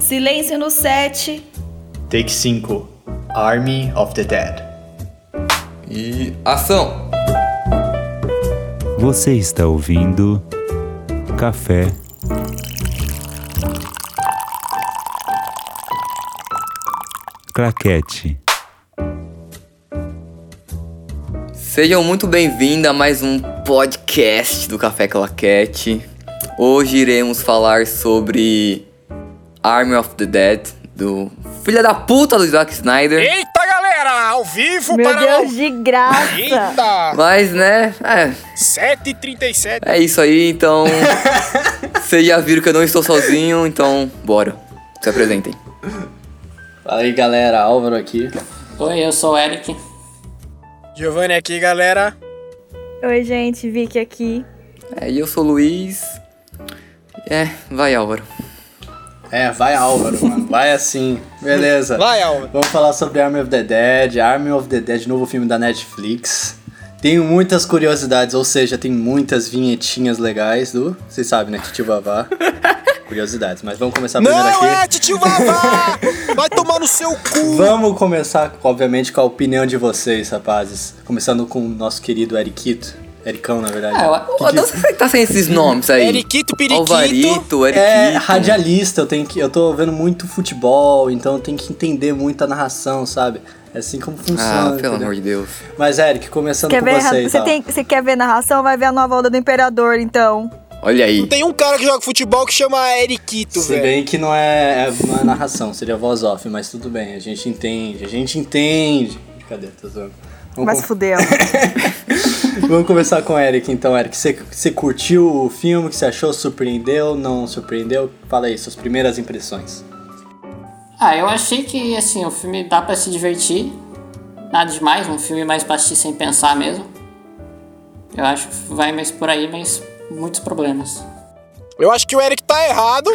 Silêncio no set. Take 5. Army of the Dead. E ação! Você está ouvindo Café Claquete. Sejam muito bem-vindos a mais um podcast do Café Claquete. Hoje iremos falar sobre Army of the Dead, do filha da puta do Zack Snyder. Eita galera, ao vivo Meu para Deus, o. de graça. Eita! Mas, né, é, 7h37. é isso aí, então. Vocês já viram que eu não estou sozinho, então bora. Se apresentem. Fala aí galera, Álvaro aqui. Oi, eu sou o Eric. Giovanni aqui, galera. Oi, gente, Vicky aqui. É, e eu sou o Luiz. É, vai Álvaro. É, vai Álvaro, mano. Vai assim. Beleza. Vai, Alva. Vamos falar sobre Army of the Dead, Army of the Dead, novo filme da Netflix. Tem muitas curiosidades, ou seja, tem muitas vinhetinhas legais do. Vocês sabem, né? Titio Vavá. curiosidades, mas vamos começar primeiro Não aqui. é, titio Vavá! Vai tomar no seu cu! Vamos começar, obviamente, com a opinião de vocês, rapazes. Começando com o nosso querido Eriquito. Ericão, na verdade. Ah, eu, eu, não sei se tá sem esses nomes aí. Periquito, periquito. Alvarito, Eriquito. É radialista, eu tenho que. Eu tô vendo muito futebol, então eu tenho que entender muito a narração, sabe? É assim como Ah, funciona. pelo entendeu? amor de Deus. Mas, Eric, começando Quer com ver, você. então. e você, tal. tem, você quer ver narração? Vai ver a nova onda do Imperador, então. Olha aí. Tem um cara que joga futebol que chama Eriquito, Se velho. bem que não é, é uma narração, seria voz off, mas tudo bem, a gente entende, a gente entende. Cadê? Tô zoando. Vamos, Mas com- fudeu. vamos começar com o Eric, então, Eric. Você, você curtiu o filme? O que você achou? Surpreendeu? Não surpreendeu? Fala aí, suas primeiras impressões. Ah, eu achei que assim, o filme dá pra se divertir. Nada demais, um filme mais pra assistir sem pensar mesmo. Eu acho que vai mais por aí, mas muitos problemas. Eu acho que o Eric tá errado.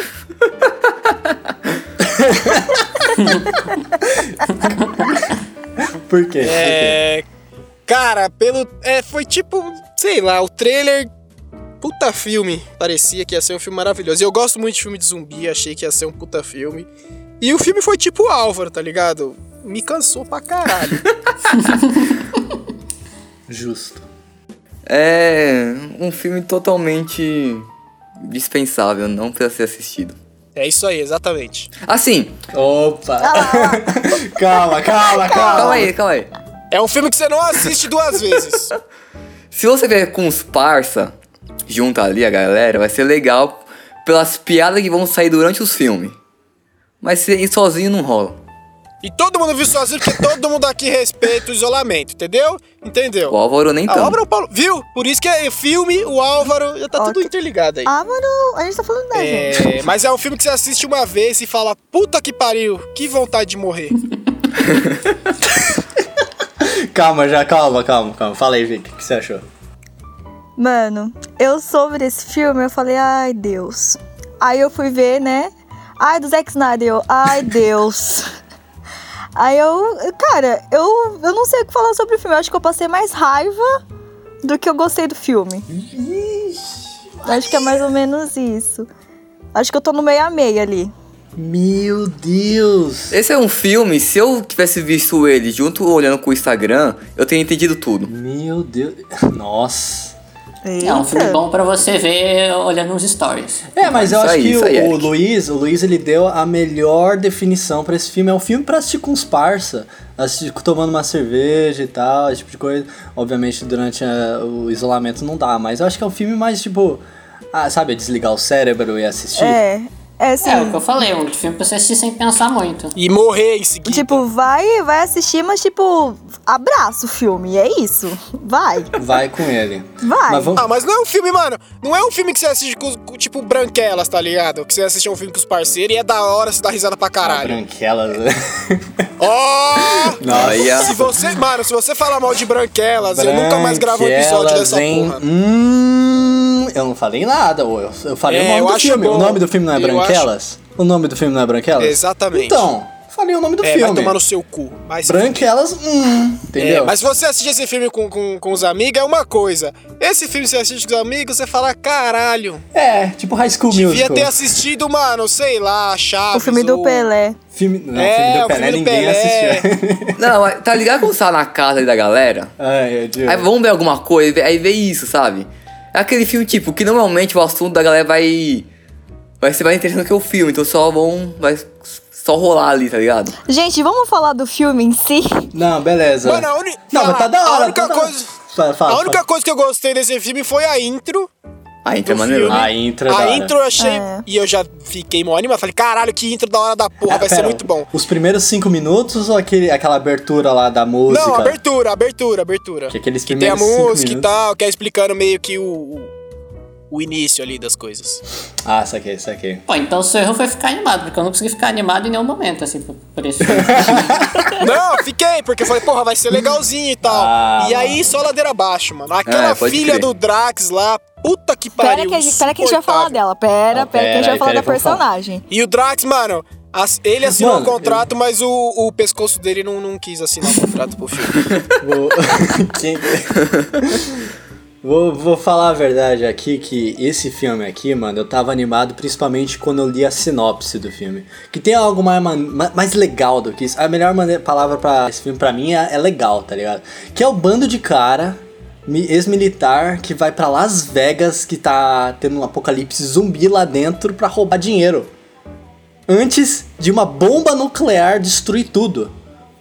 Por quê? É. Cara, pelo. É, foi tipo, sei lá, o trailer. Puta filme. Parecia que ia ser um filme maravilhoso. E eu gosto muito de filme de zumbi, achei que ia ser um puta filme. E o filme foi tipo Álvaro, tá ligado? Me cansou pra caralho. Por quê? Justo. É um filme totalmente dispensável, não precisa ser assistido. é isso aí, exatamente. Assim, Opa! Ah. calma, calma, calma calma. aí, calma aí. É um filme que você não assiste duas vezes. Se você vier com os parça, junto ali a galera, vai ser legal pelas piadas que vão sair durante os filmes. Mas se ir sozinho não rola. E todo mundo viu sozinho, porque todo mundo aqui respeita o isolamento, entendeu? Entendeu? O Álvaro nem A tanto. obra é o Paulo. Viu? Por isso que é filme, o Álvaro, já tá Ó, tudo que- interligado aí. ah, mano, a gente tá falando da gente. É, mas é um filme que você assiste uma vez e fala, puta que pariu, que vontade de morrer. Calma já, calma, calma, calma. Fala aí, Vic, o que você achou? Mano, eu soube desse filme, eu falei, ai, Deus. Aí eu fui ver, né? Ai, do Zack Snyder, eu, ai, Deus. Aí eu, cara, eu, eu não sei o que falar sobre o filme. Eu acho que eu passei mais raiva do que eu gostei do filme. Acho que é mais ou menos isso. Acho que eu tô no meio a meio ali. Meu Deus! Esse é um filme, se eu tivesse visto ele junto olhando com o Instagram, eu teria entendido tudo. Meu Deus! Nossa! É um filme Eita. bom pra você ver olhando os stories. É, mas eu Isso acho aí, que isso o, aí, o Eric. Luiz, o Luiz, ele deu a melhor definição pra esse filme. É um filme pra assistir com os parça, assistir tomando uma cerveja e tal, esse tipo de coisa. Obviamente durante a- o isolamento não dá, mas eu acho que é um filme mais tipo, ah, sabe, desligar o cérebro e assistir. É, é assim. É, o que eu falei, um filme pra você assistir sem pensar muito. E morrer em seguida. Tipo, vai, vai assistir, mas tipo, abraça o filme, é isso. Vai, Vai com ele. vai. Mas vamos, Ah, mas não é um filme, mano. Não é um filme que você assiste com, com, tipo, branquelas, tá ligado? Que você assiste um filme com os parceiros e é da hora, você dá risada pra ah, caralho. branquelas. né? Ó! Olha. Se você, mano, se você falar mal de branquelas, eu nunca mais gravo um episódio dessa hein? porra. Hum, eu não falei nada, ou eu, eu falei É, o nome eu do acho filme. bom. O nome do filme não é Eu Branquelas? O nome do filme não é Branquelas? Exatamente. Então, Falei o nome do É, filme. vai tomar no seu cu. Mas Branquelas, hum, entendeu? É, mas você assistir esse filme com, com, com os amigos é uma coisa. Esse filme você assiste com os amigos, você fala, caralho, É, tipo High School devia Musical. ter assistido, mano, sei lá, Chaves. O filme do ou- Pelé. Filme, não, É, filme o do Pelé filme do ninguém Pelé. assistiu. Não, mas tá ligado quando você tá na casa ali da galera? Ai, meu Deus. Aí vamos ver alguma coisa, aí vê isso, sabe? É aquele filme, tipo, que normalmente o assunto da galera vai. Vai ser mais interessante que o filme, então só vão. Vai só rolar ali, tá ligado? Gente, vamos falar do filme em si? Não, beleza. Mano, a uni- Não, mas tá da hora. a única tá da hora. coisa- Fala, fala, a única fala. coisa que eu gostei desse filme foi a intro. Aí entra Do maneiro. filme. Ah, A intro é da a hora. intro eu achei. É. E eu já fiquei mó animado. Falei, caralho, que intro da hora da porra, Ah, vai ser pera, muito bom. Os primeiros cinco minutos ou aquele, aquela abertura lá da música? Não, abertura, abertura, abertura. Que aqueles tem a primeiros cinco música e minutos. tal, que é explicando meio que o, o, o início ali das coisas. Ah, saquei, saquei. Pô, então o seu erro foi ficar animado, porque eu não consegui ficar animado em nenhum momento, assim, por, por esse filme. Não, fiquei, porque eu falei, porra, vai ser legalzinho e tal. Ah, e aí, só ladeira abaixo, mano. Aquela É, pode filha crer. do Drax lá, puta que pariu. Pera que, a gente, pera que a gente vai falar insuportável. dela. Pera, Não, pera que a gente vai peraí, falar peraí, da vamos falar. personagem. E o Drax, mano, as- ele assinou Mano, o contrato, mas o, o pescoço dele não, não quis assinar o contrato pro filme. Vou... Quem- vou, vou falar a verdade aqui, que esse filme aqui, mano, eu tava animado principalmente quando eu li a sinopse do filme. Que tem algo mais, man- ma- mais legal do que isso. A melhor maneira, palavra pra esse filme pra mim é, é legal, tá ligado? Que é o bando de cara, mi- ex-militar, que vai pra Las Vegas, que tá tendo um apocalipse zumbi lá dentro pra roubar dinheiro. Antes de uma bomba nuclear destruir tudo.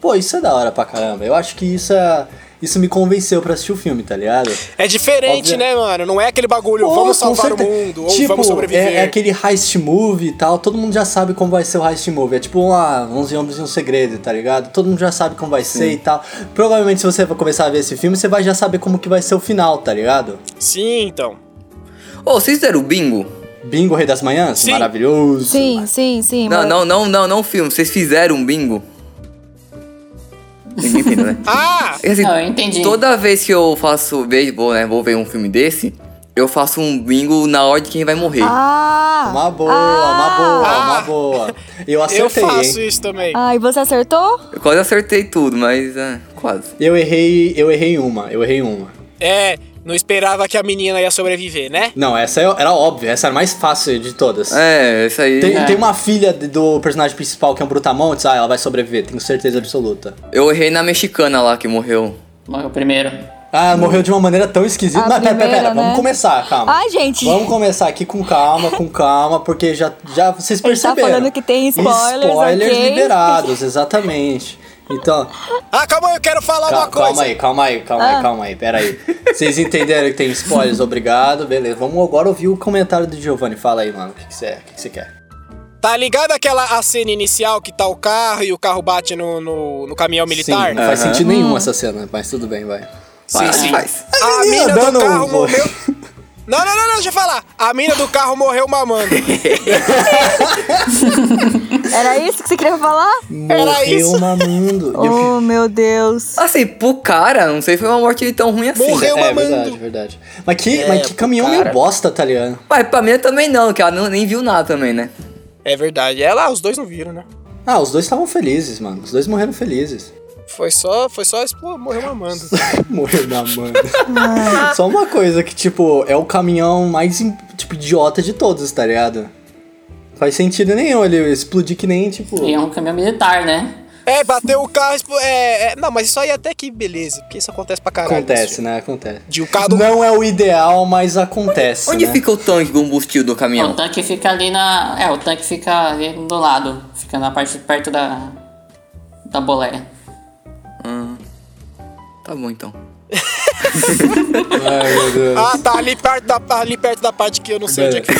Pô, isso é da hora pra caramba. Eu acho que isso é. Isso me convenceu pra assistir o filme, tá ligado? É diferente, Óbvio. né, mano? Não é aquele bagulho, Pô, com vamos salvar o certeza. mundo, ou Tipo, vamos sobreviver. É, é aquele heist movie e tal, todo mundo já sabe como vai ser o heist movie. É tipo uma 11 Homens e um Segredo, tá ligado? Todo mundo já sabe como vai ser e tal. Provavelmente se você vai começar a ver esse filme, você vai já saber como que vai ser o final, tá ligado? Sim, então. Ô, vocês fizeram o bingo? Bingo, Rei das Manhãs? Sim. Maravilhoso. Sim, sim, sim. Não, mas- não, não, não, não filme. Vocês fizeram um bingo? Ninguém entendeu, né? Ah! É assim, Não, eu entendi. Toda vez que eu faço beisebol, né? Vou ver um filme desse, eu faço um bingo na hora de quem vai morrer. Ah! Uma boa, ah. uma boa, Ah. uma boa. Eu Eu acertei, faço hein? isso também. Ah, e você acertou? Eu quase acertei tudo, mas é, quase. Eu errei, eu errei uma, eu errei uma. É, não esperava que a menina ia sobreviver, né? Não, essa é- era óbvia, essa era a mais fácil de todas. É, isso aí. Tem, É. tem uma filha de- do personagem principal que é um brutamontes, ah, ela vai sobreviver, tenho certeza absoluta. Eu errei na mexicana lá que morreu. Bom, é o primeiro. Ah, morreu de uma maneira tão esquisita. A Mas pera, pera, primeira, pera, né? vamos começar, calma. Ai, gente. Vamos começar aqui com calma, com calma, porque já, já vocês Ele tá perceberam. falando que tem spoilers, Spoilers ok? liberados, exatamente. Então, Ah, calma aí, eu quero falar Cal- uma coisa. Calma aí, calma aí, calma aí, calma aí, pera aí. Vocês entenderam que tem spoilers, obrigado, beleza. Vamos agora ouvir o comentário do Giovanni. Fala aí, mano, o que que você que que você quer? Tá ligado aquela a cena inicial que tá o carro e o carro bate no, no, no caminhão militar? Sim, é. não faz sentido nenhum essa cena, mas tudo bem, vai. Faz, sim. faz. A menina mina do dando carro um- morreu. Não, não, não, não, deixa eu falar. A mina do carro morreu mamando. Era isso que você queria falar? Era isso. Morreu um mamando. E o pi- Oh, meu Deus. Assim, pro cara, não sei se foi uma morte tão ruim assim. Morreu. é, um mamando. verdade, verdade. Mas que, mas que caminhão meio bosta, tá ligado? Mas pra mim também não, que ela não- nem viu nada também, né? É verdade. Ela, os dois não viram, né? Ah, os dois estavam felizes, mano. Os dois morreram felizes. Foi só, foi só explo- morreu mamando. Morreu na mão. Ah. Só uma coisa que, tipo, é o caminhão mais, im- tipo, idiota de todos, tá ligado? Faz sentido nenhum ele explodir que nem, tipo... E é um caminhão militar, né? É, bateu o carro. explo- É, é, não, mas isso aí até que beleza, porque isso acontece pra caralho. Acontece, né? Acontece. De um carro do- Não é o ideal, mas acontece, Onde né? fica o tanque combustível do O Ah, caminhão? tá. tanque fica ali na. É, o tanque fica ali do lado. Fica na parte perto da. Da boleia. Tá bom então. Ai, meu Deus. Ah, tá ali perto da, ali perto da parte que eu não sei onde é que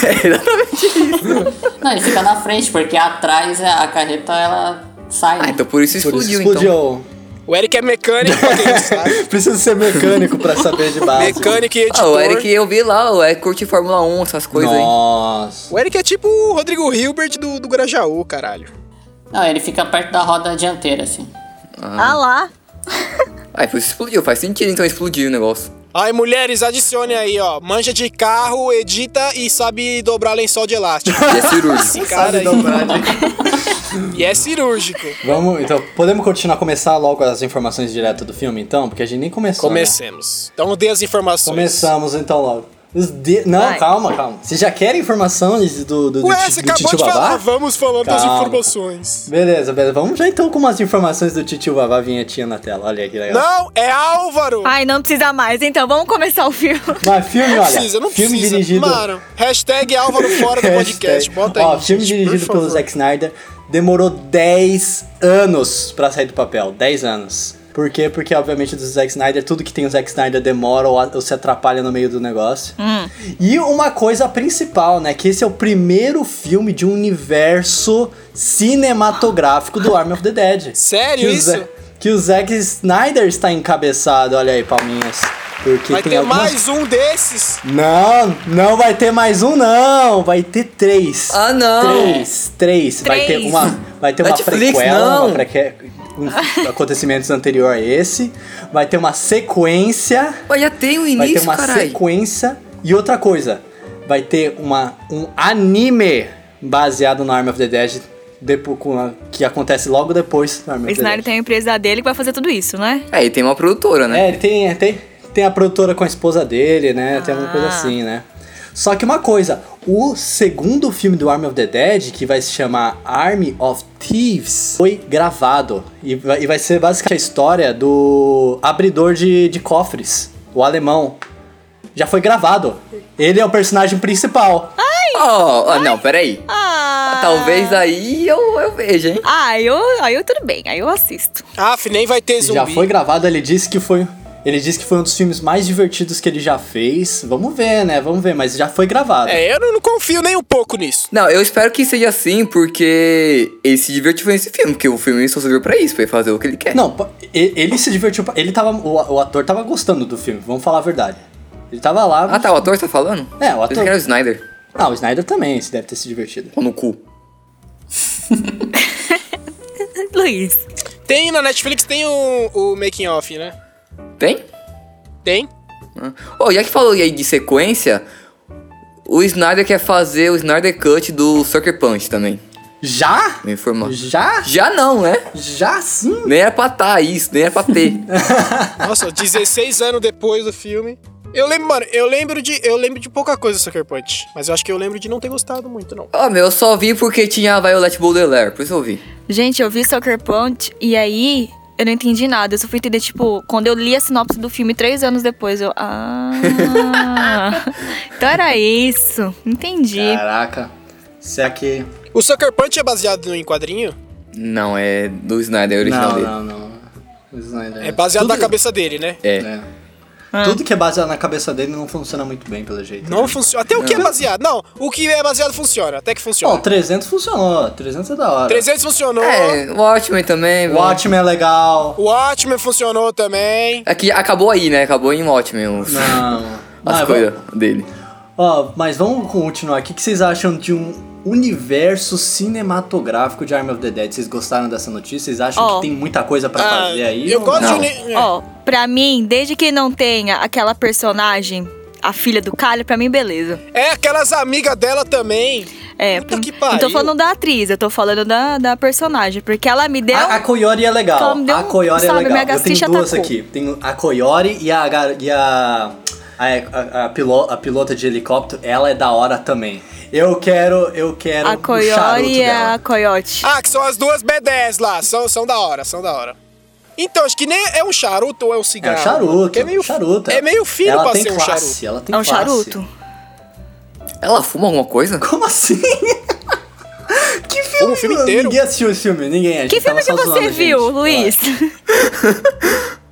Não, ele fica na frente, porque atrás a carreta ela sai. né? Ah, então por isso Por isso explodiu, então. explodiu. O Eric é mecânico, pra quem não sabe. Precisa ser mecânico pra saber de base. Mecânico e editor. Ah, o Eric, eu vi lá, o Eric curte Fórmula 1, essas coisas aí. Tipo, Nossa. O Eric é tipo o Rodrigo Hilbert do, do Grajaú, caralho. Não, ele fica perto da roda dianteira, assim. Ah lá. Ah, por isso explodiu, faz sentido então explodir o negócio. Aí, mulheres, adicione aí, ó. Manja de carro, edita e sabe dobrar lençol de elástico. E é cirúrgico. Esse cara aí. dobrar, E E é cirúrgico. Vamos, então, podemos continuar, começar logo as informações direto do filme, então? Porque a gente nem começou. né? Comecemos. Então dê as informações. Começamos, então, logo. Os de- Não, Vai. calma, calma. Vocês já querem informações do, do, do, Ué, Ti- você do acabou Titio de Babá? falar. Vamos falando das Calma. informações. Beleza, beleza. Vamos já então com umas informações do Titio Babá vinhetinha na tela. Olha aí que legal. Não, é Álvaro. Ai, não precisa mais. Então, vamos começar o filme. Mas filme, Não olha. precisa, não filme precisa. dirigido. Mano, hashtag Álvaro fora do podcast. Hashtag. Bota aí. Ó, filme gente, dirigido por pelo favor. Zack Snyder demorou 10 anos pra sair do papel. 10 anos. Por quê? Porque, obviamente, do Zack Snyder, tudo que tem o Zack Snyder demora ou, a- ou se atrapalha no meio do negócio. E uma coisa principal, né? Que esse é o primeiro filme de um universo cinematográfico do Army of the Dead. Sério que o isso? Zack- que o Zack Snyder está encabeçado. Olha aí, palminhas. Porque Vai tem ter algumas mais um desses. não, não vai ter mais um, não. Vai ter três. Ah, não. Três, três. Vai ter Três. uma, vai ter uma Netflix, prequela, não. uma preque... um- acontecimentos anterior a esse. Vai ter uma sequência. Mas já tem o Vai ter início, uma caralho. sequência. E outra coisa, vai ter uma, um anime baseado no Arm of the Dead depo- com a- que acontece logo depois do Arm O of the Snyder Dead. tem a empresa dele que vai fazer tudo isso, né? É, e tem uma produtora, né? É, ele tem, tem, tem a produtora com a esposa dele, né? Tem alguma coisa assim, né? Só que uma coisa, o segundo filme do Army of the Dead, que vai se chamar Army of Thieves, foi gravado. E vai, e vai ser basicamente a história do abridor de, de cofres, o alemão. Já foi gravado. Ele é o personagem principal. Ó, ó, não, peraí. Ah. Talvez aí eu, eu veja, hein? Ah, eu, aí eu tudo bem, aí eu assisto. Aff, nem vai ter zumbi. Já foi gravado, ele disse que foi. Ele disse que foi um dos filmes mais divertidos que ele já fez. Vamos ver, né? Vamos ver, mas já foi gravado. É, eu não, não confio nem um pouco nisso. Não, eu espero que seja assim, porque ele se divertiu nesse filme, porque o filme só serviu pra isso, pra ele fazer o que ele quer. Não, pa- e- ele se divertiu. pra- Ele tava, o, o ator tava gostando do filme, vamos falar a verdade. Ele tava lá. Ah, tá, o ator tá falando? É, o Eu pensei ator. que era o Snyder. Ah, o Snyder também se deve ter se divertido. Ou no cu. Luiz. Tem na Netflix, tem o, o Making Off, né? Tem? Tem? Ah. Ô, já que falou aí de sequência, o Snyder quer fazer o Snyder Cut do Sucker Punch também. Já? Me informou. Já? Já não, né? Já sim? Nem era pra tá isso, nem era pra ter. Nossa, 16 anos depois do filme. Eu lembro, mano, eu lembro de. Eu lembro de pouca coisa do Sucker Punch. Mas eu acho que eu lembro de não ter gostado muito, não. Ó, meu, eu só vi porque tinha a Violet Baudelaire, por isso eu vi. Gente, eu vi Soccer Punch e aí eu não entendi nada. Eu só fui entender, tipo, quando eu li a sinopse do filme três anos depois, eu. Ah. então era isso. Entendi. Caraca. Será que. O Sucker Punch é baseado em quadrinho? Não, é do Snyder, é original Não, dele. não, não. O Snyder. É baseado Tudo- na cabeça dele, né? É. É. Tudo que é baseado na cabeça dele não funciona muito bem, pelo jeito. Não funciona. Até o que é baseado. Não, o que é baseado funciona. Até que Bom, tá. funciona. 300 300 funcionou. 300 é da hora. 300 funcionou. É, o Watchmen também. velho. Watchmen é legal. O Watchmen funcionou também. É que acabou aí, né? Acabou em Watchmen os- Não. Ah, é as Mas coisas dele. Ó, mas vamos continuar. O que que vocês acham de um universo cinematográfico de Army of the Dead? Vocês gostaram dessa notícia? Vocês acham Ó. que tem muita coisa pra Ah, fazer aí? eu Ou gosto não? de. uni- Ó, pra mim, desde que não tenha aquela personagem, a filha do Calha, pra mim, beleza. É, aquelas amigas dela também. É, Puta que não pariu. tô falando da atriz, eu tô falando da, da personagem, porque ela me deu. A, a Koyori é legal. Ela me deu a um- Koyori é sabe, legal. minha tá Eu tenho gasticha duas atacou. aqui. Tenho a Koyori e a gar- e a a, a, a pilo- a pilota de helicóptero, ela é da hora também. Eu quero, eu quero A o charuto Coyote é dela. a Coyote. Ah, que são as duas B10 lá. São, são da hora, são da hora. Então, acho que nem é um charuto ou é um É cigarro. um charuto, É meio, charuto. É meio fino ela pra tem ser um classe, charuto. Ela tem É um classe. charuto. Ela fuma alguma coisa? Como assim? que filme? Como o filme inteiro? Ninguém assistiu esse filme, ninguém. A gente Que filme tava que só você zoando, viu, gente. Luiz?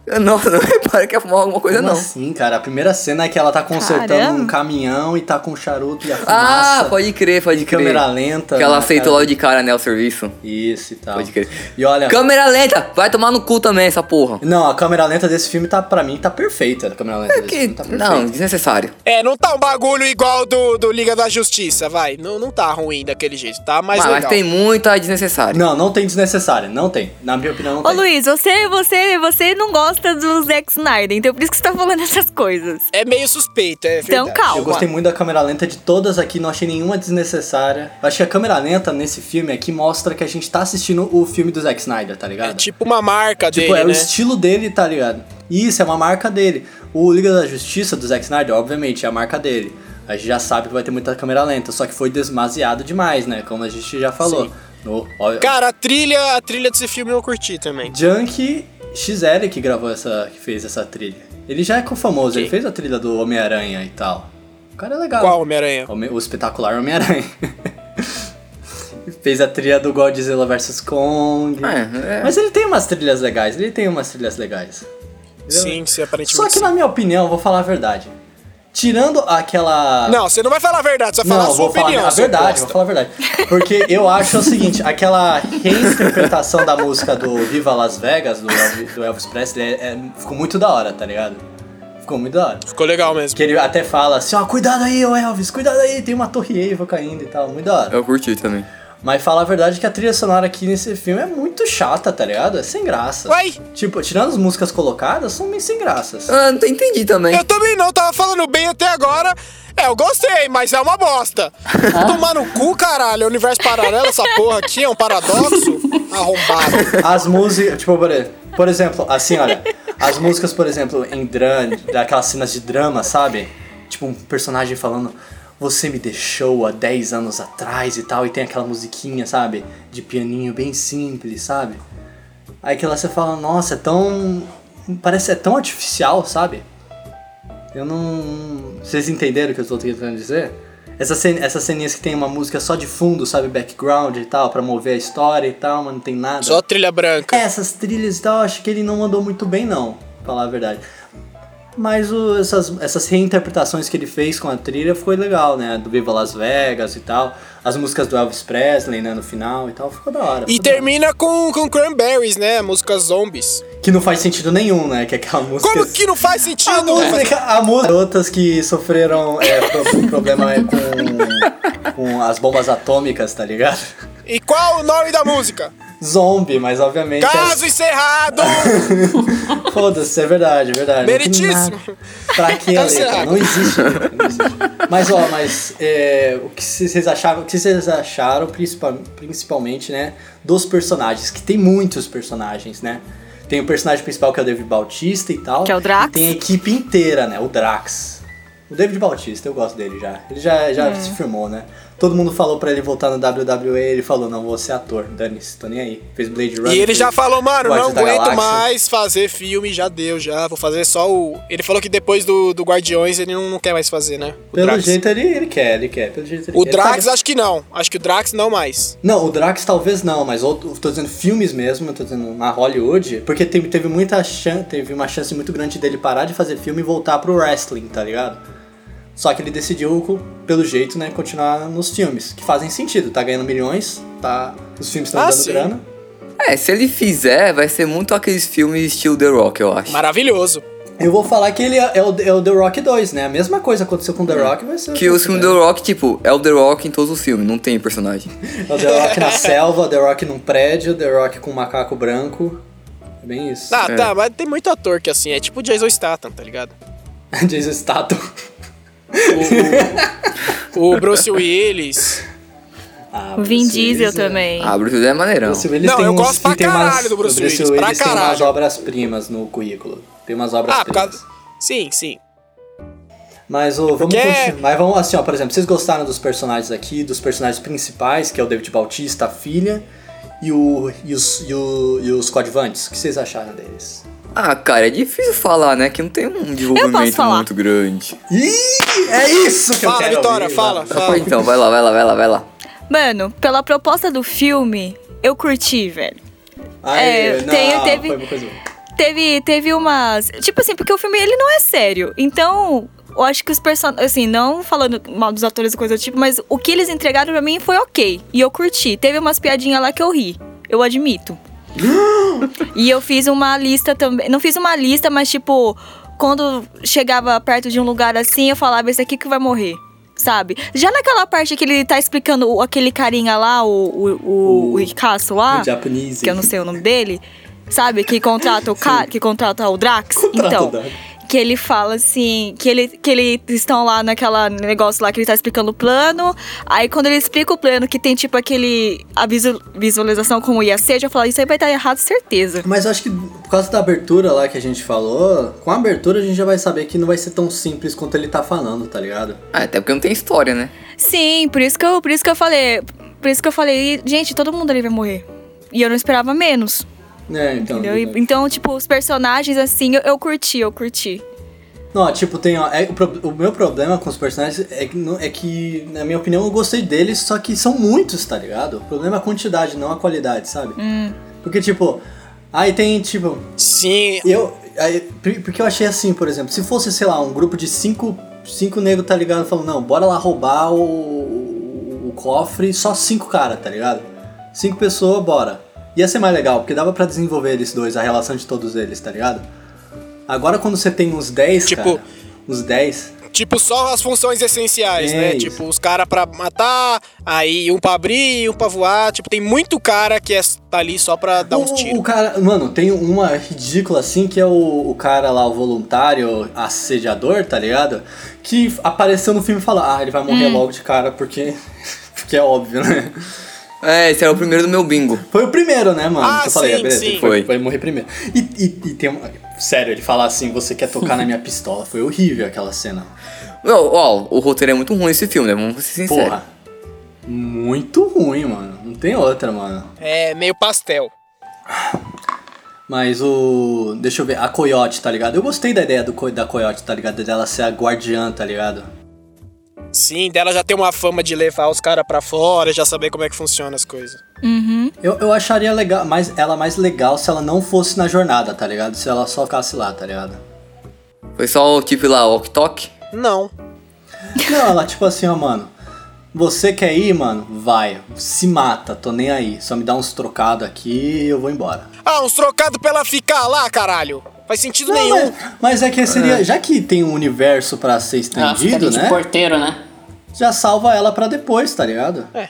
Eu Não, não reparo que ia fumar alguma coisa, Como não. assim, cara? A primeira cena é que ela tá consertando Caramba. um caminhão e tá com charuto e a fumaça. Ah, pode crer, pode e crer. câmera lenta. Que ela né, aceitou cara? É. logo de cara, né, o serviço. Isso e tal. Pode crer. E olha... Câmera lenta, vai tomar no cu também essa porra. Não, a câmera lenta desse filme tá, pra mim, tá perfeita. A câmera É lenta desse Que... filme tá perfeita. Não, desnecessário. É, não tá um bagulho igual do, do Liga da Justiça, vai. Não, não tá ruim daquele jeito, tá mais Mas, mas legal. tem muita desnecessária. Não, não tem desnecessária. Não tem. Na minha opinião, não Ô tem. Luiz, você, você, você não gosta gosta do Zack Snyder, então por isso que você tá falando essas coisas. É meio suspeito, é Então, verdade. calma. Eu gostei muito da câmera lenta de todas aqui, não achei nenhuma desnecessária. Eu acho que a câmera lenta nesse filme aqui mostra que a gente tá assistindo o filme do Zack Snyder, tá ligado? É tipo uma marca Tipo, dele, é o né? estilo dele, tá ligado? E Isso, é uma marca dele. O Liga da Justiça do Zack Snyder, obviamente, é a marca dele. A gente já sabe que vai ter muita câmera lenta, só que foi demasiado demais, né? Como a gente já falou. No, ó, Cara, a trilha, a trilha desse filme eu curti também. Junk XL que gravou essa. que fez essa trilha. Ele já é famoso, ele fez a trilha do Homem-Aranha e tal. O cara é legal. Qual Homem-Aranha? Home- O espetacular Homem-Aranha. Fez a trilha do Godzilla vs Kong. né? É, é. Mas ele tem umas trilhas legais, ele tem umas trilhas legais. Sim, sim, aparentemente. Só que sim. na minha opinião, vou falar a verdade. Tirando aquela. Não, você não vai falar a verdade, você vai falar a sua vou falar opinião. a seu verdade, vou bosta. falar a verdade. Porque eu acho o seguinte, aquela reinterpretação da música do Viva Las Vegas, do Elvis, do Elvis Presley, é- é- ficou muito da hora, tá ligado? Ficou muito da hora. Ficou legal mesmo. Que ele até fala assim, ó, cuidado aí, ô Elvis, cuidado aí, tem uma torre Eiffel caindo e tal, muito da hora. Eu curti também. Mas falar a verdade que a trilha sonora aqui nesse filme é muito chata, tá ligado? É sem graça. Uai, Tipo, tirando as músicas colocadas, são meio sem assim. graças. Ah, não entendi também. eu também não, tava falando bem até agora. É, eu gostei, mas é uma bosta. Tomar no cu, caralho, é um universo paralelo, essa porra aqui é um paradoxo arrombado. As músicas, tipo, por, por exemplo, assim, olha, as músicas, por exemplo, em drama, daquelas cenas de drama, sabe? Tipo, um personagem falando, você me deixou há 10 anos atrás e tal, e tem aquela musiquinha, sabe? De pianinho bem simples, sabe? Aí que lá você fala, nossa, é tão. Parece que é tão artificial, sabe? Eu não. Vocês entenderam o que eu tô tentando dizer? Essas, cen essas ceninhas que tem uma música só de fundo, sabe? Background e tal, pra mover a história e tal, mas não tem nada. Só trilha branca. É, essas trilhas e tal, eu acho que ele não mandou muito bem, não, pra falar a verdade. Mas o- essas, essas reinterpretações que ele fez com a trilha foi legal, né? Do Viva Las Vegas e tal. As músicas do Elvis Presley, né? No final e tal, ficou da hora. E ficou da hora. termina com, com Cranberries, né? A música Zombies. Que não faz sentido nenhum, né? Que é aquela música. Como que não É. faz A sentido? música, a música. Garotas que sofreram é, pro- problema é, com, com as bombas atômicas, tá ligado? E qual o nome da música? Zombie, mas obviamente. é- Caso encerrado! Ah, Foda-se, é verdade, é verdade. Meritíssimo. Não tem nada. Pra que a letra? Tá certo. Não existe, letra, não existe. Mas, ó, mas é, o que vocês acharam, o que vocês acharam principal- principalmente, né, dos personagens, que tem muitos personagens, né? Tem o personagem principal que é o David Bautista e tal. Que é o Drax. E tem a equipe inteira, né? O Drax. O David Bautista, eu gosto dele já. Ele já, É. já se firmou, né? Todo mundo falou pra ele voltar no WWE, ele falou, não, vou ser ator, dane-se, tô nem aí. Fez Blade Runner. E ele já fez falou, mano, não Guardiões da aguento Galáxia. mais fazer filme, já deu, já. Vou fazer só o. Ele falou que depois do, do Guardiões ele não, não quer mais fazer, né? O Pelo Drax. jeito ele, ele quer, ele quer. Pelo jeito ele O ele tá- Drax, acho que não. Acho que o Drax não mais. Não, o Drax talvez não, mas outro, tô dizendo filmes mesmo, eu tô dizendo na Hollywood, porque teve, teve muita chance, teve uma chance muito grande dele parar de fazer filme e voltar pro wrestling, tá ligado? Só que ele decidiu, co- pelo jeito, né, continuar nos filmes, que fazem sentido, tá ganhando milhões, tá, os filmes estão Ah, dando sim. grana. É, se ele fizer, vai ser muito aqueles filmes estilo The Rock, eu acho. Maravilhoso. Eu vou falar que ele é, é o, é o The Rock 2, né? A mesma coisa aconteceu com o The Hum. Rock, vai ser. Que os filmes do The Rock, tipo, é o The Rock em todos os filmes, não tem personagem. É o The Rock na selva, The Rock num prédio, The Rock com um macaco branco. É bem isso. Ah, tá, mas tem muito ator que assim, é tipo o Jason Statham, tá ligado? Jason Statham. O Bruce Willis. Ah, Vim Bruce Diesel Willis, né? também. Ah, Bruce Willis é maneirão. Bruce Willis Não, tem eu uns gosto que pra tem umas- caralho do Bruce Willis, pra tem umas caralho. obras-primas no currículo. Tem umas Ah, por obras-primas. causa. Sim, sim. Mas ô, vamos Porque- continuar. Mas vamos assim, ó, por exemplo, vocês gostaram dos personagens aqui, dos personagens principais, que é o David Bautista, a filha, e, o, e, os, e, o- e os coadjuvantes. O que vocês acharam deles? Ah, cara, é difícil falar, né? Que não tem um posso desenvolvimento falar. muito grande. Ih, é isso que eu Fala, quero Vitória, ouvir, né? fala, vai. fala. Então, vai lá, vai lá, vai lá, vai lá. Mano, pela proposta do filme, eu curti, velho. Aí, É, não, tem- teve- foi uma coisa boa. Teve, teve umas. Tipo assim, porque o filme ele não é sério. Então, eu acho que os personagens. Assim, não falando mal dos atores e coisa do tipo, mas o que eles entregaram pra mim foi ok. E eu curti. Teve umas piadinhas lá que eu ri. Eu admito. e eu fiz uma lista também. Não fiz uma lista, mas tipo, quando chegava perto de um lugar assim, eu falava: esse aqui que vai morrer. Sabe? Já naquela parte que ele tá explicando o- aquele carinha lá, o, o, o, o ricaço lá. O japonês. que eu não sei o nome dele. sabe? Que contrata o cara, que contrata o Drax. então, o Drax. que ele fala assim, que ele que eles estão lá naquela negócio lá que ele tá explicando o plano. Aí quando ele explica o plano que tem tipo aquele a visu- visualização como ia ser, já fala isso aí vai estar errado certeza. Mas eu acho que por causa da abertura lá que a gente falou, com a abertura a gente já vai saber que não vai ser tão simples quanto ele tá falando, tá ligado? Ah, até porque não tem história, né? Sim, por isso que eu, por isso que eu falei, por isso que eu falei, gente, todo mundo ali vai morrer. E eu não esperava menos. É, então. Entendeu? E- verdade. Então, tipo, os personagens, assim, eu, eu curti, eu curti. Não, tipo, tem. Ó, é, o, pro- o meu problema com os personagens é que, não- é que, na minha opinião, eu gostei deles, só que são muitos, tá ligado? O problema é a quantidade, não a qualidade, sabe? Hum. Porque, tipo, aí tem, tipo, Sim, Eu. aí, por- porque eu achei assim, por exemplo, se fosse, sei lá, um grupo de cinco, cinco negros, tá ligado? Falando, não, bora lá roubar o, o, o cofre, só cinco caras, tá ligado? Cinco pessoas, bora. Ia ser mais legal, porque dava pra desenvolver eles dois, a relação de todos eles, tá ligado? Agora quando você tem uns 10, Tipo- cara, uns 10, Tipo, só as funções essenciais, É né? isso. Tipo, os caras pra matar, aí um pra abrir, um pra voar. Tipo, tem muito cara que é, tá ali só pra dar uns O- tiros. O cara, mano, tem uma ridícula assim que é o, o cara lá, o voluntário assediador, tá ligado? Que apareceu no filme e fala: Ah, ele vai morrer logo de cara porque. Porque é óbvio, né? É, esse era o primeiro do meu bingo. Foi o primeiro, né, mano? Ah, que eu falei, sim, "Ah, beleza, sim. ele Foi, Foi. vai morrer primeiro. E, e, e tem uma. Sério, ele falar assim: Você quer tocar na minha pistola? Foi horrível aquela cena. Meu, ó, o roteiro é muito ruim esse filme, né? Vamos ser sinceros. Porra. Muito ruim, mano. Não tem outra, mano. É meio pastel. Mas o. Deixa eu ver, a Coyote, tá ligado? Eu gostei da ideia do, co- da Coyote, tá ligado? Dela ser a guardiã, tá ligado? Sim, dela já tem uma fama de levar os caras pra fora, já saber como é que funciona as coisas. Eu, eu acharia legal, mais, ela mais legal se ela não fosse na jornada, tá ligado? Se ela só ficasse lá, tá ligado? Foi só o tipo lá, o Tok. Não. Não, ela tipo assim, ó, mano. Você quer ir, mano? Vai. Se mata, tô nem aí. Só me dá uns trocados aqui e eu vou embora. Ah, uns trocados pra ela ficar lá, caralho. Faz sentido Não, nenhum. mas, mas é que seria. Já que tem um universo pra ser Ela fica estendido, ali de né? porteiro, né? Já salva ela pra depois, tá ligado? É,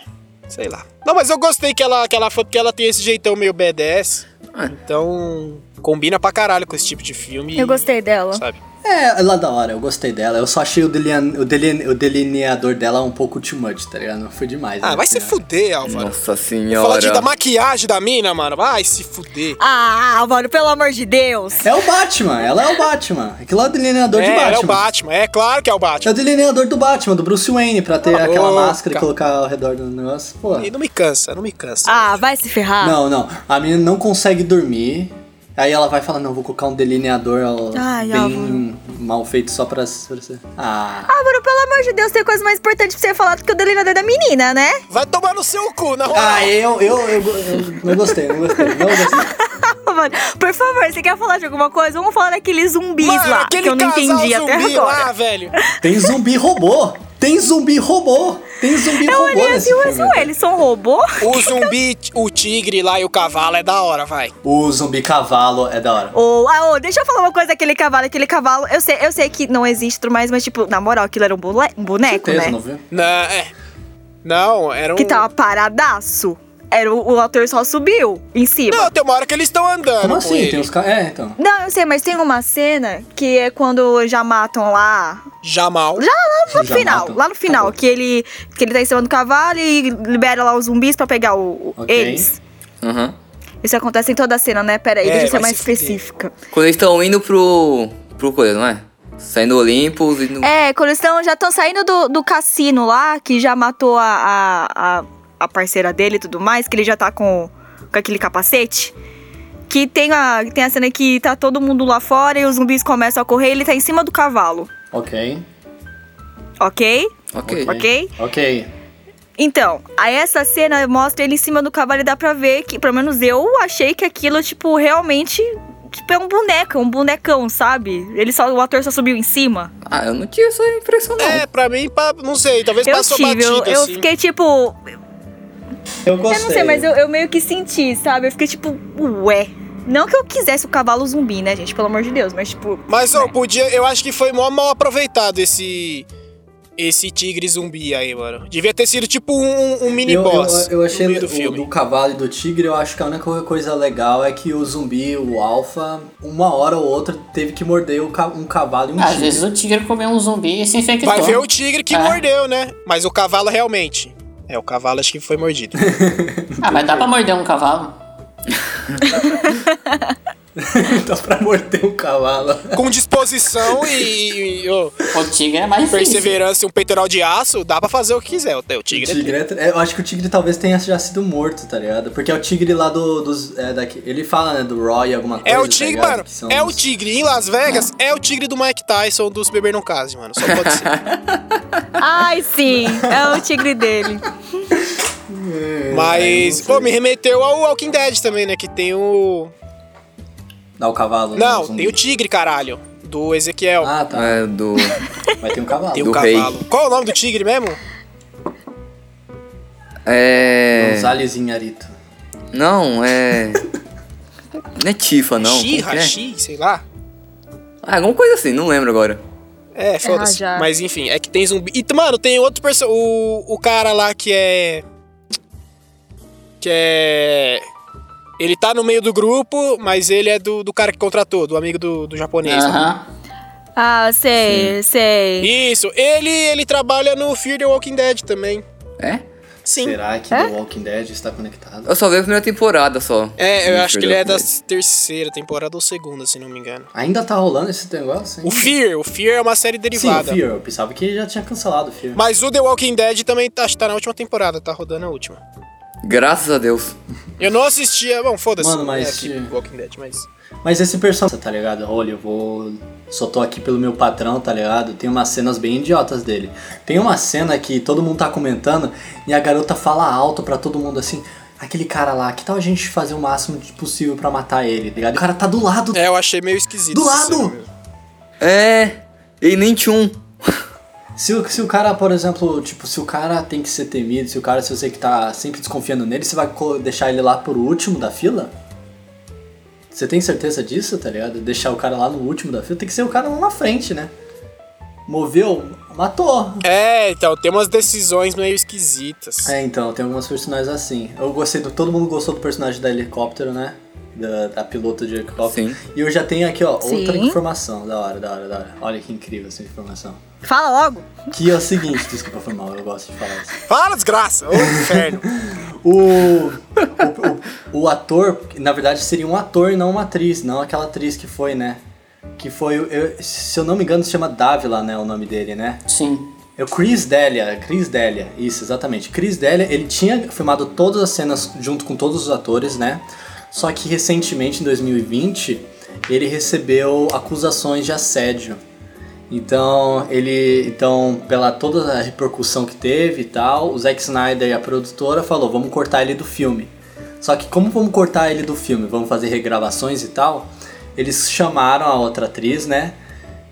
Sei lá. Não, mas eu gostei que ela, que ela foi porque ela tem esse jeitão meio BDS. Ah. Então, combina pra caralho com esse tipo de filme. Eu gostei dela. Sabe? É, ela da hora, eu gostei dela. Eu só achei o, deline- o deline- o delineador dela um pouco too much, tá ligado? Não foi demais. Ah, né? vai se fuder, Álvaro. Nossa Fala de, senhora. da maquiagem da mina, mano. Vai se fuder. Ah, Álvaro, pelo amor de Deus! É o Batman, ela é o Batman. Aquilo é o delineador é, de ela Batman. é o Batman. É claro que é o É Batman. o delineador do Batman, do Bruce Wayne, pra ter aquela louca. máscara e colocar ao redor do negócio. Pô. E não me cansa, não me cansa. Ah, vai se ferrar. Não, não. A menina não consegue dormir. Aí ela vai falar, não, vou colocar um delineador ó, Ai, bem Álvaro. mal feito só pra, pra você. Ah. Álvaro, pelo amor de Deus, tem coisa mais importante pra você falar do que o delineador da menina, né? Vai tomar no seu cu, na moral. é Ah, eu, eu, eu, eu não gostei, não gostei, não gostei. Álvaro, por favor, você quer falar de alguma coisa? Vamos falar daqueles zumbis Mano, lá, que aquele eu não casal entendi até zumbi agora. lá, velho. Tem zumbi robô! Tem zumbi robô! Tem zumbi Eu robô olhei assim, nesse ué, filme. ué, eles são robô? O zumbi, o tigre lá e o cavalo é da hora, vai. O zumbi cavalo é da hora. Ou, ah, ô, deixa eu falar uma coisa daquele cavalo, aquele cavalo, eu sei, eu sei que não existe mais, mas tipo, na moral, aquilo era um, bole- um boneco, Certeza, né? não viu? Não, é. Não, era um... Que tava paradaço. Era o, o ator só subiu em cima. Não, tem uma hora que eles estão andando Como com assim? ele. Tem os caras. É, então. Não, eu sei, mas tem uma cena que é quando já matam lá. Jamal. Já lá no Já final, matam? lá no final, Tá bom. que ele que ele tá em cima do cavalo e libera lá os zumbis pra pegar o, o- Ok. eles. Aham. Isso acontece em toda a cena, né? Pera aí, É, deixa eu ser vai mais se fuder. específica. Quando eles estão indo pro. pro coisa, não é? Saindo do Olympus e no. É, quando eles tão, já estão saindo do, do cassino lá, que já matou a, a, a, a parceira dele e tudo mais, que ele já tá com, com aquele capacete. Que tem a, tem a cena que tá todo mundo lá fora e os zumbis começam a correr, ele tá em cima do cavalo, Ok. ok? Ok. Ok? Ok. Então, aí essa cena mostra ele em cima do cavalo e dá pra ver que, pelo menos eu achei que aquilo, tipo, realmente. Tipo, é um boneco, é um bonecão, sabe? Ele só, o ator só subiu em cima. Ah, eu não tinha essa impressão, não. É, pra mim, pa- não sei, talvez Eu passou tive, eu, batido, É eu assim. fiquei tipo. Eu gostei. Eu não sei, mas eu, eu meio que senti, sabe? Eu fiquei tipo, ué. Não que eu quisesse o cavalo zumbi, né, gente? Pelo amor de Deus, mas tipo. Mas, ó, né? podia... Eu acho que foi mó mal aproveitado esse... esse tigre zumbi aí, mano. Devia ter sido tipo um, um mini eu, boss eu, eu achei no meio do o- filme. do cavalo e do tigre, eu acho que a única coisa legal é que o zumbi, o alfa, uma hora ou outra teve que morder o ca- um cavalo e um Às tigre. vezes o tigre comeu um zumbi e se infectou. Vai ver o tigre que É. mordeu, né? Mas o cavalo realmente. É, o cavalo acho que foi mordido. Ah, mas dá pra morder um cavalo. Dá pra morder um cavalo. Com disposição e, e, ô, O tigre é mais difícil. perseverança e um peitoral de aço, dá pra fazer o que quiser. O o tigre, O tigre é tra- é, eu acho que o tigre talvez tenha já sido morto, tá ligado? Porque é o tigre lá do, dos. É, daqui, ele fala, né, do Roy, alguma coisa. É o tá tigre, ligado? mano. Que são É o os- tigre. Em Las Vegas, é o tigre do Mike Tyson dos Beber Não Case, mano. Só pode ser. Ai, sim, é o tigre dele. É, Mas, pô, me remeteu ao Walking Dead também, né? Que tem o. Não, o cavalo. né, Não, zumbi. tem o tigre, caralho. Do Ezequiel. Ah, tá. É, do. Mas tem um cavalo. tem do o rei. cavalo. Qual é o nome do tigre mesmo? É. Uns alhozinhos arito. Não, é. Não é Tifa, não. como que Xirra, é? Xi, sei lá. Ah, alguma coisa assim, não lembro agora. É, foda-se. Rajar. Mas enfim, é que tem zumbi. E, mano, tem outro personagem. O, o cara lá que é. Que é. Ele tá no meio do grupo, mas ele é do, do cara que contratou, do amigo do, do japonês. lá. Aham. Ah, sei, sei. Isso, ele ele trabalha no Fear the Walking Dead também. É? Sim. Será que The Walking Dead está conectado? Eu só vi a primeira temporada só. É, eu acho que ele é da das. terceira temporada ou segunda, se não me engano. Ainda tá rolando esse negócio, hein? O Fear, o Fear é uma série Sim, o derivada. Fear. Eu pensava que já tinha cancelado o Fear. Mas o The Walking Dead também tá, acho que tá na última temporada, tá rodando a última. Graças a Deus. Eu não assistia, bom, foda-se. Mano, mas- É, que Walking Dead, mas... Mas esse personagem, tá ligado? Olha, eu vou. Só tô aqui pelo meu patrão, tá ligado? Tem umas cenas bem idiotas dele. Tem uma cena que todo mundo tá comentando e a garota fala alto pra todo mundo assim. Aquele cara lá, que tal a gente fazer o máximo de possível pra matar ele, tá ligado? O cara tá do lado. É, eu achei meio esquisito. Do essa lado! cena mesmo. É. E nem tinha um. Se o, se o cara, por exemplo, tipo, se o cara tem que ser temido, se o cara, se você que tá sempre desconfiando nele, você vai co- deixar ele lá por último da fila? Você tem certeza disso, tá ligado? Deixar o cara lá no último da fila, tem que ser o cara lá na frente, né? Moveu, matou. É, então, tem umas decisões meio esquisitas. É, então, tem algumas personagens assim. Eu gostei do. Todo mundo gostou do personagem da helicóptero, né? Da, da pilota de helicóptero. Sim. E eu já tenho aqui, ó, outra Sim. informação. Da hora, da hora, da hora. Olha que incrível essa informação. Fala logo. Que é o seguinte, desculpa, foi mal, eu gosto de falar isso. Fala, desgraça! Ô, inferno! O, o, o, o ator, que, na verdade, seria um ator e não uma atriz, não aquela atriz que foi, né? Que foi, eu- se eu não me engano, se chama Davila, né? O nome dele, né? Sim. É o Chris Delia, Chris Delia, isso, exatamente. Chris Delia, ele tinha filmado todas as cenas junto com todos os atores, né? Só que recentemente, em 2020, ele recebeu acusações de assédio. Então, ele, então, pela toda a repercussão que teve e tal, o Zack Snyder e a produtora falou, vamos cortar ele do filme. Só que como vamos cortar ele do filme? Vamos fazer regravações e tal? Eles chamaram a outra atriz, né?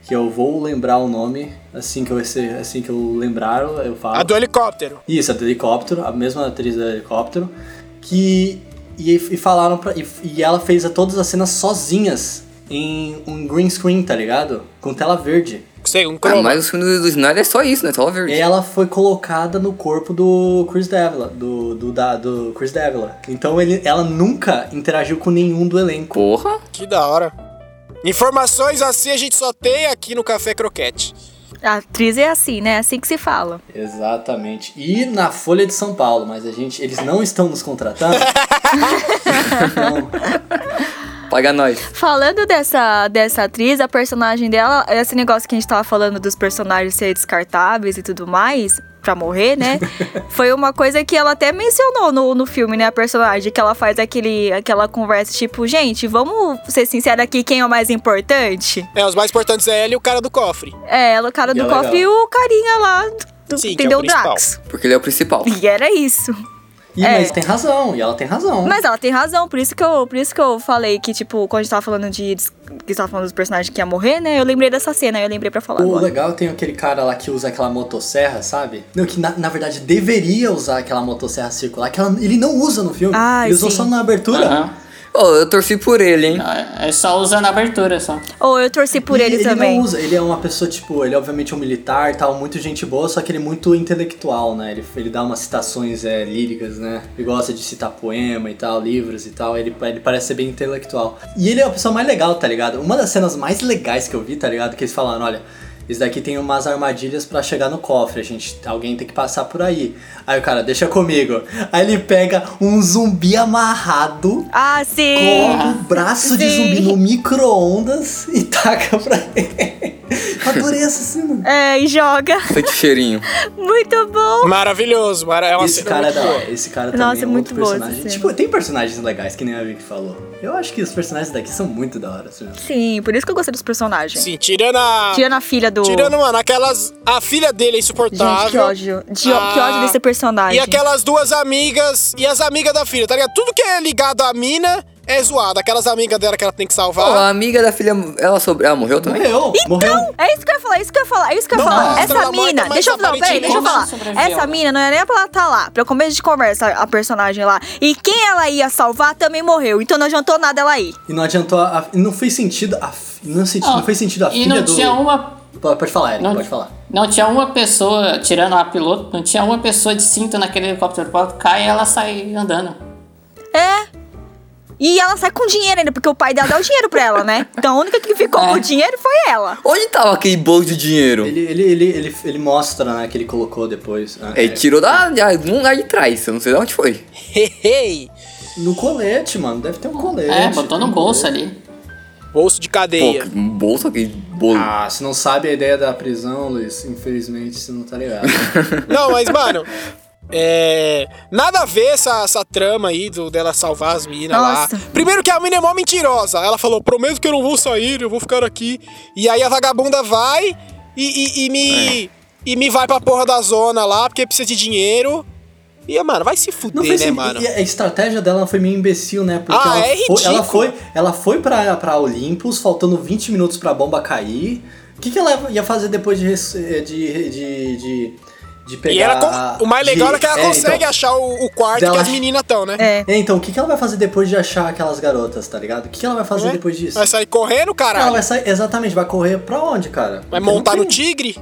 Que eu vou lembrar o nome assim que eu, rece- assim que eu lembrar, eu falo. A do helicóptero. Isso, a do helicóptero, a mesma atriz do helicóptero, que e, e falaram pra, e, e ela fez a- todas as cenas sozinhas em um green screen, tá ligado? Com tela verde. Sei, um Ah, croma. mas os filmes do, do Snyder é só isso, né? Só E verde. ela foi colocada no corpo do Chris Davila, do do, da, do Chris Davila. Então ele, ela nunca interagiu com nenhum do elenco. Porra. Que da hora. Informações assim a gente só tem aqui no Café Croquete. A atriz é assim, né? É assim que se fala. Exatamente. E na Folha de São Paulo, mas a gente, eles não estão nos contratando. então, Paga nós. Falando dessa, dessa atriz, a personagem dela, esse negócio que a gente tava falando dos personagens ser descartáveis e tudo mais, pra morrer, né? foi uma coisa que ela até mencionou no, no filme, né? A personagem, que ela faz aquele, aquela conversa tipo, gente, vamos ser sinceros aqui, quem é o mais importante? É, os mais importantes é ele e o cara do cofre. É, ela, o cara E do é legal. cofre e o carinha lá, do, Sim, que é entendeu? o principal. Drax. Porque ele é o principal. E era isso. e, É. Mas tem razão, e ela tem razão. Mas ela tem razão, por isso que eu, por isso que eu falei que, tipo, quando a gente tava falando de. Que tava falando dos personagens que ia morrer, né? Eu lembrei dessa cena, aí eu lembrei pra falar O agora. legal tem aquele cara lá que usa aquela motosserra, sabe? Não, que na, na verdade deveria usar aquela motosserra circular, que ela- ele não usa no filme. Ah, ele usou sim. só na abertura. Aham. Pô, eu torci por ele, Ah. hein? Não, É é só usando a abertura só. Ou eu torci por E ele, ele também. Não usa, ele é uma pessoa, tipo, ele obviamente é um militar tal, muito gente boa, só que ele é muito intelectual, né? Ele, ele dá umas citações é, líricas, né? Ele gosta de citar poema e tal, livros e tal. Ele, ele parece ser bem intelectual. E ele é a pessoa mais legal, tá ligado? Uma das cenas mais legais que eu vi, tá ligado? Que eles falaram, olha. Isso daqui tem umas armadilhas pra chegar no cofre, a gente, alguém tem que passar por aí. Aí o cara, deixa comigo. Aí ele pega um zumbi amarrado Ah, sim! coloca um braço de Sim. zumbi no micro-ondas e taca pra ele. Eu Adorei essa cena. É, e joga. Sente o cheirinho. Muito bom! Maravilhoso, mara- é uma Esse cena cara, é muito da boa. hora. esse cara também Nossa, é é muito outro boa essa personagem. cena. Tipo, tem personagens legais, que nem a Vicky falou. Eu acho que os personagens daqui são muito da hora. assim. Sim, por isso que eu gostei dos personagens. Sim, assim, tirando a. Tirando a filha do. Tirando, mano, aquelas. A filha dele é insuportável. Gente, que ódio. De- Que ódio Ah, desse personagem. E aquelas duas amigas e as amigas da filha, tá ligado? Tudo que é ligado à mina é zoado. Aquelas amigas dela que ela tem que Pô, salvar. a amiga da filha, ela sobre... Ela morreu também? Morreu, morreu. É isso que eu ia falar, é isso que eu ia falar, é isso que eu ia Não, falar. mostra Essa ela morta, mina, mas deixa eu falar, peraí, aparentemente deixa eu não falar. sobreviveu. Essa mina não era nem pra ela estar lá, pra começo de conversa, a personagem lá. E quem ela ia salvar também morreu, então não adiantou nada ela ir. E não adiantou a... a- Não fez sentido a... fi- Não, senti... não fez sentido a Ah, e filha não do... tinha uma. Pode pode falar, Eric, Não, pode falar. não tinha uma pessoa, tirando a piloto, não tinha uma pessoa de cinto naquele helicóptero. Pode cair e ela sai andando. É. E ela sai com dinheiro ainda, porque o pai dela dá o dinheiro pra ela, né? Então a única que ficou É. com o dinheiro foi ela. Onde tava aquele bolo de dinheiro? Ele, ele, ele, ele, ele mostra, né, que ele colocou depois. né? Ele tirou da, de ah, algum lugar de trás, eu não sei de onde foi. Hehe. é, No colete, mano. Deve ter um colete. É, botou no bolso ali. Bolso de Pô, cadeia. que bolso aquele bolo. Ah, se não sabe a ideia da prisão, Luiz, infelizmente você não tá ligado. Não, mas, mano. É. Nada a ver essa, essa trama aí do, dela salvar as meninas lá. Nossa. Primeiro que a mina é mó mentirosa. Ela falou: prometo que eu não vou sair, eu vou ficar aqui. E aí a vagabunda vai e, e- e me. É. E me vai pra porra da zona lá, porque precisa de dinheiro. E, mano, vai se fuder, Não né, fez sentido. mano? E a estratégia dela foi meio imbecil, né? Porque Ah, ela, é foi, ela ridículo. foi, ela foi pra, pra Olympus, faltando 20 minutos pra bomba cair. O que, que ela ia fazer depois de. res- eh, de, de, de, de pegar. E ela, con- o mais de- legal é que ela é, consegue então, achar o, o quarto Dela- que as meninas estão, né? É. É, então, o que, que ela vai fazer depois de achar aquelas garotas, tá ligado? O que, que ela vai fazer Né? depois disso? Vai sair correndo, Ela caralho. vai sair, exatamente, vai correr pra onde, cara? Vai Não montar tem- no tigre.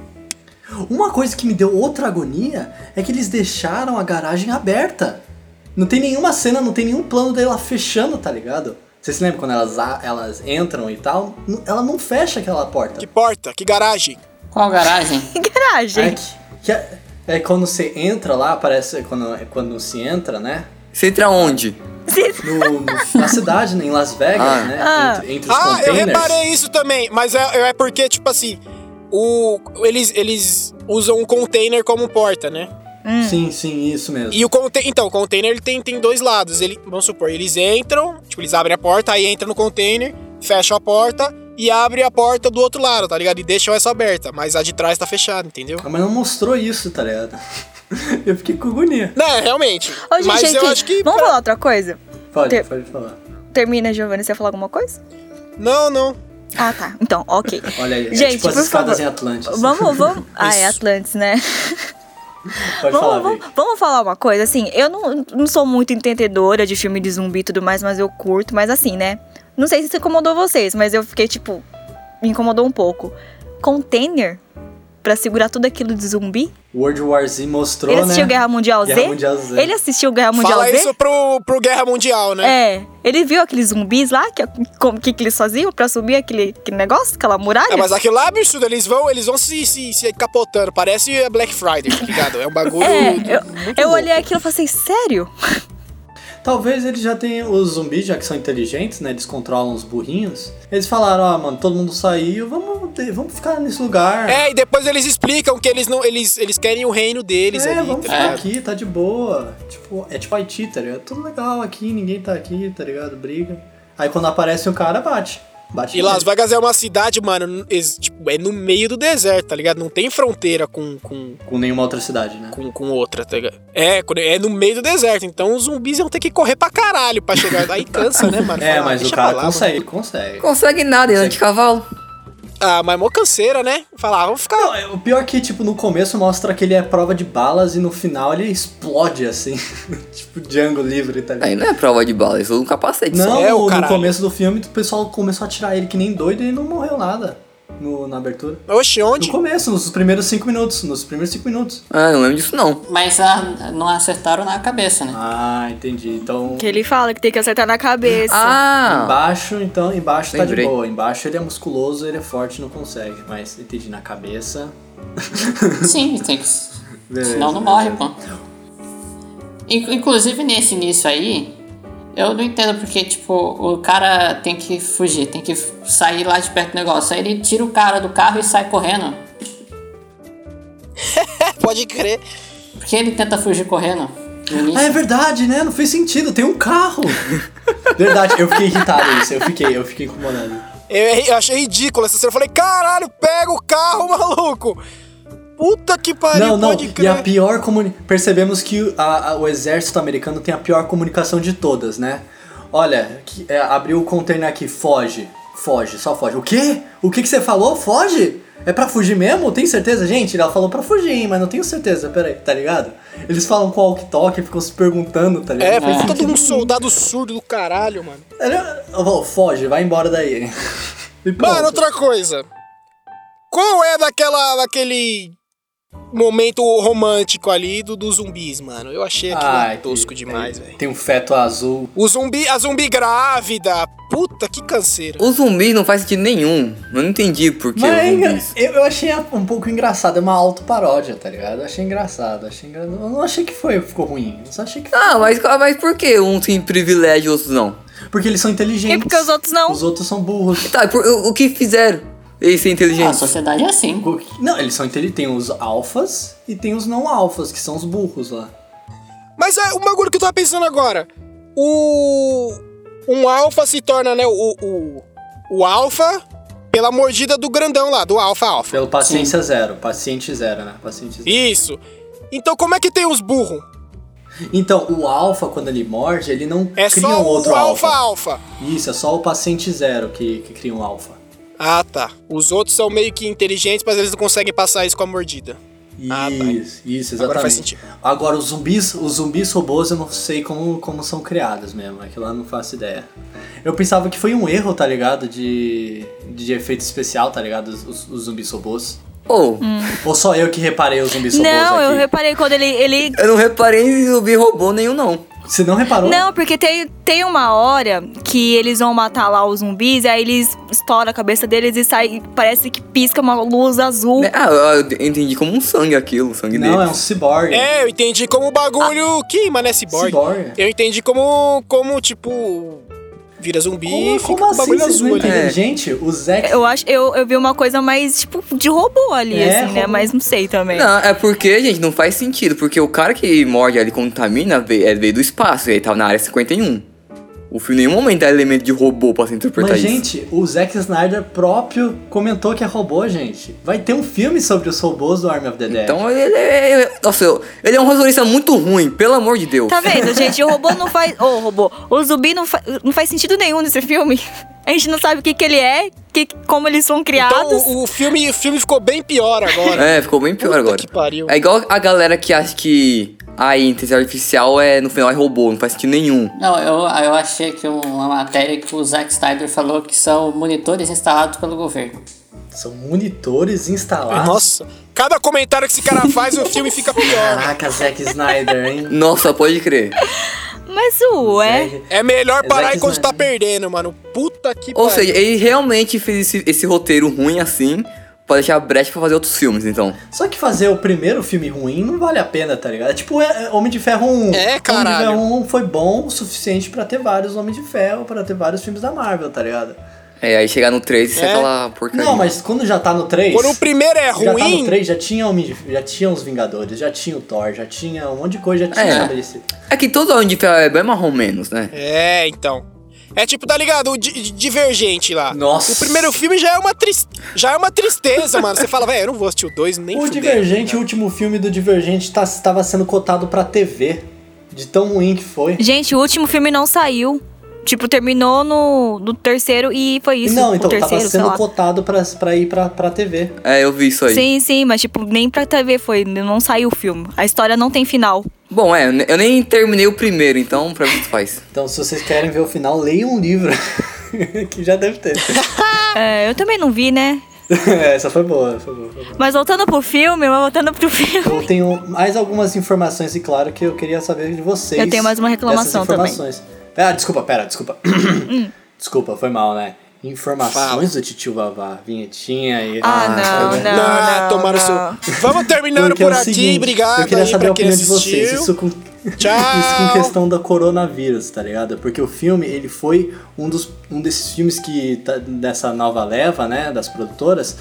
Uma coisa que me deu outra agonia é que eles deixaram a garagem aberta. Não tem nenhuma cena, não tem nenhum plano dela fechando, tá ligado? Você se lembra quando elas, a- elas entram e tal? N- Ela não fecha aquela porta. Que porta, que garagem. Qual garagem? é, Garagem. que, que é, é quando você entra lá, parece quando, é quando se entra, né? Você entra onde? No- no- na cidade, né? em Las Vegas, Ah. né? Ah. Entre, entre os Ah, eu containers. reparei isso também, mas é, é porque, tipo assim, o, eles, eles usam um container como porta, né? Hum. Sim, sim, isso mesmo. E o container. Então, o container ele tem, tem dois lados. Ele, vamos supor, eles entram, tipo, eles abrem a porta, aí entra no container, fecham a porta e abre a porta do outro lado, tá ligado? E deixam essa aberta, mas a de trás tá fechada, entendeu? Ah, Mas não mostrou isso, tá ligado? eu fiquei com agonia. Não, Né, realmente. Ô, gente, mas eu enfim, acho que. tá. vamos falar outra coisa? Pode, Ter- pode falar. Termina, Giovanna, você ia falar alguma coisa? Não, não. Ah, tá. Então, ok. Olha aí, é gente, tipo as por escadas favor. em Atlantis. Vamos, vamos. Ah, é Isso. Atlantis, né? Pode falar, Vamos, Vicky. vamos, vamos falar uma coisa, assim, eu não, não sou muito entendedora de filme de zumbi e tudo mais, mas eu curto, mas assim, né? Não sei se isso incomodou vocês, mas eu fiquei, tipo, me incomodou um pouco. Container? Pra segurar tudo aquilo de zumbi? World War Z mostrou, Ele né? assistiu Guerra Mundial Z? Guerra Mundial Z. Ele assistiu Guerra Mundial Fala Z? isso pro, pro Guerra Mundial, né? É, ele viu aqueles zumbis lá, que, como, que, que eles faziam pra subir aquele, aquele negócio, aquela muralha? mas aquilo lá é absurdo, eles vão, eles vão se, se, se capotando, parece a Black Friday, tá ligado? É um bagulho. É, eu, muito eu louco. olhei aquilo e falei assim, sério? Talvez eles já tenham os zumbis, já que são inteligentes, né? Eles controlam os burrinhos. Eles falaram, ó, mano, todo mundo saiu, vamos, ter- vamos ficar nesse lugar. É, e depois eles explicam que eles não. Eles, eles querem o reino deles É, ali, vamos tá ficar ligado? aqui, tá de boa. Tipo, é tipo Haiti, tá ligado? Tudo legal aqui, ninguém tá aqui, tá ligado? Briga. Aí quando aparece um cara, bate. Bate E nele. Las Vegas é uma cidade, mano, n- es- tipo, é no meio do deserto, tá ligado? Não tem fronteira com, com, Com nenhuma outra cidade, né? com, com outra, tá ligado? É, quando- é no meio do deserto, então os zumbis iam ter que correr pra caralho pra chegar. Aí cansa, né, mano? É, Fala, mas o deixa cara pra lá, mano. consegue, consegue. Consegue nada, ele anda de cavalo. Ah, mas mó canseira, né? Falar, ah, vamos ficar. Não, é- o pior é que, tipo, no começo mostra que ele é prova de balas e no final ele explode, assim. tipo, Django livre, tá ligado? Aí não é prova de bala, isso é um capacete só. Não, É, o no caralho. começo do filme o pessoal começou a atirar ele que nem doido e ele não morreu nada no, na abertura. Oxe, onde? No começo, nos primeiros cinco minutos. Nos primeiros cinco minutos. Ah, não lembro disso não. Mas ah, não acertaram na cabeça, né? Ah, entendi. Então. Que ele fala que tem que acertar na cabeça. Ah! Embaixo, então, embaixo tá Lembrei. de boa. Embaixo ele é musculoso, ele é forte, não consegue. Mas entendi, na cabeça. Sim, tem que. Beleza, Senão não morre, pô. In- Inclusive nesse início aí, eu não entendo porque, tipo, o cara tem que fugir, tem que f- sair lá de perto do negócio. Aí ele tira o cara do carro e sai correndo. Pode crer. Por que ele tenta fugir correndo? no início? Ah, é verdade, né? Não fez sentido, tem um carro. verdade, eu fiquei irritado isso, eu fiquei, eu fiquei incomodado. Eu, errei- eu achei ridículo essa cena. Eu falei, caralho, pega o carro, maluco! Puta que pariu, Não, não, pode e crer. a pior comuni... Percebemos que a- a- o exército americano tem a pior comunicação de todas, né? Olha, que- é, abriu o container aqui, foge, foge, só foge. O quê? O que, que você falou? Foge? É pra fugir mesmo? Tem certeza? Gente, ela falou pra fugir, hein, mas não tenho certeza, peraí, tá ligado? Eles falam com o walkie-talkie, ficam se perguntando, tá É, ligado? Ah. foi todo um soldado surdo do caralho, mano. Era- Ô, foge, vai embora daí. E Mano, pronto. outra coisa. Qual é daquela, daquele momento romântico ali do, dos zumbis, mano? Eu achei aquilo Ai, tosco que- demais, velho. Tem um feto azul. O zumbi, a zumbi grávida. Puta, que canseira. O zumbi não faz sentido nenhum. Eu não entendi por que os Mas é engra- zumbis. eu, eu achei um pouco engraçado, é uma autoparódia, tá ligado? Eu achei engraçado, achei engra... Eu não achei que foi, ficou ruim. Eu só achei que Ah, mas, mas por que um tem privilégio e outros não? Porque eles são inteligentes. E porque os outros não? Os outros são burros. Tá, e por- o, o que fizeram? Eles são Ah, a inteligentes. sociedade é assim. O- Não, eles são inteligentes. Tem os alfas e tem os não alfas, que são os burros lá. Mas é o bagulho que eu tava pensando agora. O. Um alfa se torna, né? O. O, o alfa pela mordida do grandão lá, do alfa alfa. Pelo paciência zero, paciente zero, né? Paciente zero. Isso. Então como é que tem os burros? Então, o alfa, quando ele morde, ele não É cria só um outro o alfa alfa. alfa. Isso, é só o paciente zero que, que cria um alfa. Ah, tá. Os outros são meio que inteligentes, mas eles não conseguem passar isso com a mordida. Isso, Ah, tá. isso, exatamente. Agora faz sentido. Agora, os zumbis, os zumbis robôs eu não sei como, como são criados mesmo, aquilo lá eu não faço ideia. Eu pensava que foi um erro, tá ligado? De, de efeito especial, tá ligado? Os, os- os zumbis robôs. Ou, Ou só eu que reparei os zumbis robôs não, eu aqui? reparei quando ele. ele... eu não reparei em zumbi robô nenhum, não. Você não reparou? Não, porque tem, tem uma hora que eles vão matar lá os zumbis, e aí eles estouram a cabeça deles e sai. Parece que pisca uma luz azul. Né? Ah, eu, eu entendi como um sangue aquilo, o sangue Não, é deles. um ciborgue. É, eu entendi como o bagulho queima, né, ciborgue? Ciborgue. Eu entendi como, como tipo, vira zumbi e Como, fica como com o assim bagulho vocês não azul ali. entendem? entenderam? É. Gente, o Zack... Eu acho, eu, eu vi uma coisa mais, tipo, de robô ali, É, assim, né? robô. Mas não sei também. Não, é porque, gente, não faz sentido. Porque o cara que morde ali contamina veio, é, veio do espaço, ele tava na área 51. O filme em nenhum momento é elemento de robô pra se interpretar Mas, isso. gente, o Zack Snyder próprio comentou que é robô, gente. Vai ter um filme sobre os robôs do Army of the Dead. Então ele é. Nossa, eu- ele é um roteirista muito ruim, pelo amor de Deus. Tá vendo, gente? O robô não faz. Ô, robô. O zumbi não, fa- não faz sentido nenhum nesse filme. A gente não sabe o que, que ele é, que, como eles são Então criados. o, o filme, o filme ficou bem pior agora. É, ficou bem pior Puta agora. que pariu. É igual a galera que acha que a inteligência artificial é, no final é robô, não faz sentido nenhum. Não, eu, eu achei que um, uma matéria que o Zack Snyder falou que são monitores instalados pelo governo. São monitores instalados. É, Nossa, cada comentário que esse cara faz, o filme fica pior. Caraca, Zack Snyder, hein? Nossa, pode crer. Mas ué. É melhor É parar Zack enquanto tá Snyder. perdendo, mano. Puta que Ou pariu. seja, ele realmente fez esse, esse roteiro ruim assim pra deixar brecha pra fazer outros filmes, então. Só que fazer o primeiro filme ruim não vale a pena, tá ligado? É tipo é, é Homem de Ferro 1. É, caralho. Homem de Ferro 1 foi bom o suficiente pra ter vários Homem de Ferro, pra ter vários filmes da Marvel, tá ligado? É, aí chegar no 3 e é. É. aquela porcaria. Não, mas quando já tá no 3. Quando o primeiro é já tá no ruim, 3, já tinha, Homem de- já tinha os Vingadores, já tinha o Thor, já tinha um monte de coisa, já tinha É. estabelecido. É que todo Homem de Ferro é bem marrom menos, né? É, então. É tipo, tá ligado? O di- di- Divergente lá. Nossa. O primeiro filme já é uma, tris... já é uma tristeza, mano. Você fala, velho, eu não vou assistir o dois nem O fudendo. né? Divergente, o último filme do Divergente, tá, tava sendo cotado pra TV. De tão ruim que foi. Gente, o último filme não saiu. Tipo, terminou no, no terceiro e foi isso. não, então o terceiro, tava sei sendo lá. cotado pra, pra ir pra, pra TV. É, eu vi isso aí. Sim, sim, mas tipo, nem pra TV foi, não saiu o filme. A história não tem final. Bom, é, eu ne- eu nem terminei o primeiro, então pra mim faz. Então, se vocês querem ver o final, leiam um livro. que já deve ter. É, É, eu também não vi, né? Essa foi boa, foi boa, foi boa. Mas voltando pro filme, mas voltando pro filme. Eu tenho mais algumas informações, e claro, que eu queria saber de vocês. Eu tenho mais uma reclamação Hum. dessas informações. Ah, desculpa, pera, desculpa. desculpa, foi mal, né? Fala. Informações do Titio Vavá, vinhetinha e... Ah, não, não. Ah, tomaram não. seu. Vamos terminando Porque por é o aqui. seguinte, Obrigado Eu queria aí saber pra a quem opinião de assistiu. vocês. Isso com, Tchau! isso com questão da coronavírus, tá ligado? Porque o filme, ele foi um, dos, um desses filmes que tá- dessa nova leva, né, das produtoras,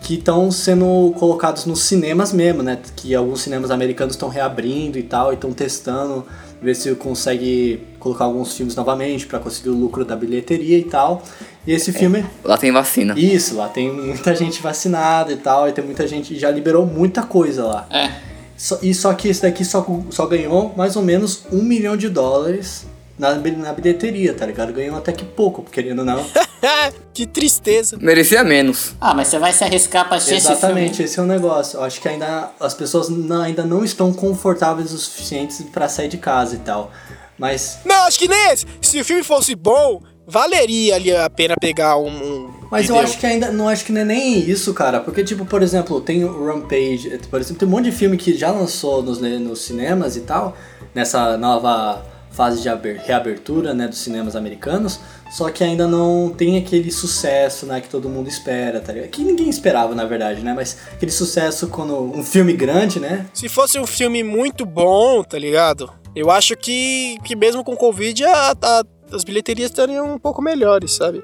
que estão sendo colocados nos cinemas mesmo, né? Que alguns cinemas americanos estão reabrindo e tal, e estão testando, ver se consegue colocar alguns filmes novamente pra conseguir o lucro da bilheteria e tal. E esse filme Lá tem vacina. isso, lá tem muita gente vacinada e tal, e tem muita gente já liberou muita coisa lá. É. Só- e só que esse daqui só, só ganhou mais ou menos um milhão de dólares na, bil- na bilheteria, tá ligado? Ganhou até que pouco, querendo ou não. É, que tristeza. Merecia menos. Ah, mas você vai se arriscar pra assistir esse Exatamente, filme? esse é o negócio. Eu acho que ainda as pessoas não- ainda não estão confortáveis o suficiente pra sair de casa e tal. Mas Não, acho que nem esse. Se o filme fosse bom, valeria ali a pena pegar um. um Mas eu entendeu? acho que ainda não acho que não é nem isso, cara. Porque, tipo, por exemplo, tem o Rampage, por exemplo, tem um monte de filme que já lançou nos, nos cinemas e tal, nessa nova fase de aber- reabertura né, dos cinemas americanos, só que ainda não tem aquele sucesso né, que todo mundo espera, tá ligado? Que ninguém esperava, na verdade, né? Mas aquele sucesso quando um filme grande, né? Se fosse um filme muito bom, tá ligado? Eu acho que, que mesmo com Covid, a- a- as bilheterias estariam um pouco melhores, sabe?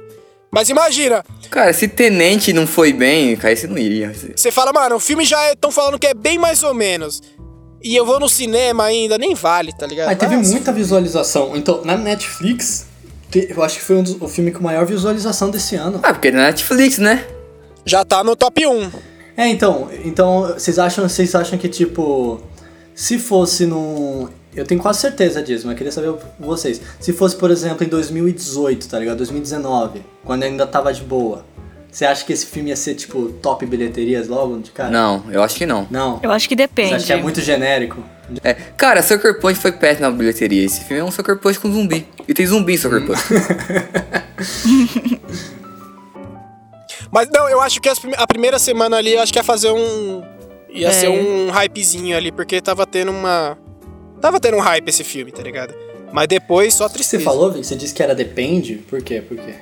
Mas imagina, Cara, se Tenente não foi bem, cara, esse não iria. você fala, mano, o filme já estão falando que é bem mais ou menos. E eu vou no cinema ainda, nem vale, tá ligado? Mas teve Mas- muita visualização. Então, na Netflix, te- eu acho que foi um dos- o filme com maior visualização desse ano. Ah, porque é na Netflix, né? Já tá no top 1. É, então, então vocês acham, vocês acham que tipo, se fosse num, eu tenho quase certeza disso, mas eu queria saber vocês. Se fosse, por exemplo, em 2018, tá ligado? 2019, quando ainda tava de boa. Você acha que esse filme ia ser tipo top bilheterias logo de cara? Não, eu acho que não. Não. Eu acho que Vocês depende. acham que é muito genérico? É, cara, Sucker Punch foi péssimo na bilheteria. Esse filme é um Sucker Punch com zumbi. E tem zumbi em Sucker Hum. Punch. Mas não, eu acho que as prime- a primeira semana ali, eu acho que ia fazer um. Ia É. ser um hypezinho ali, porque tava tendo uma. Tava tendo um hype esse filme, tá ligado? Mas depois só Você tristeza. falou, Vic? Você disse que era depende? Por quê? Por quê?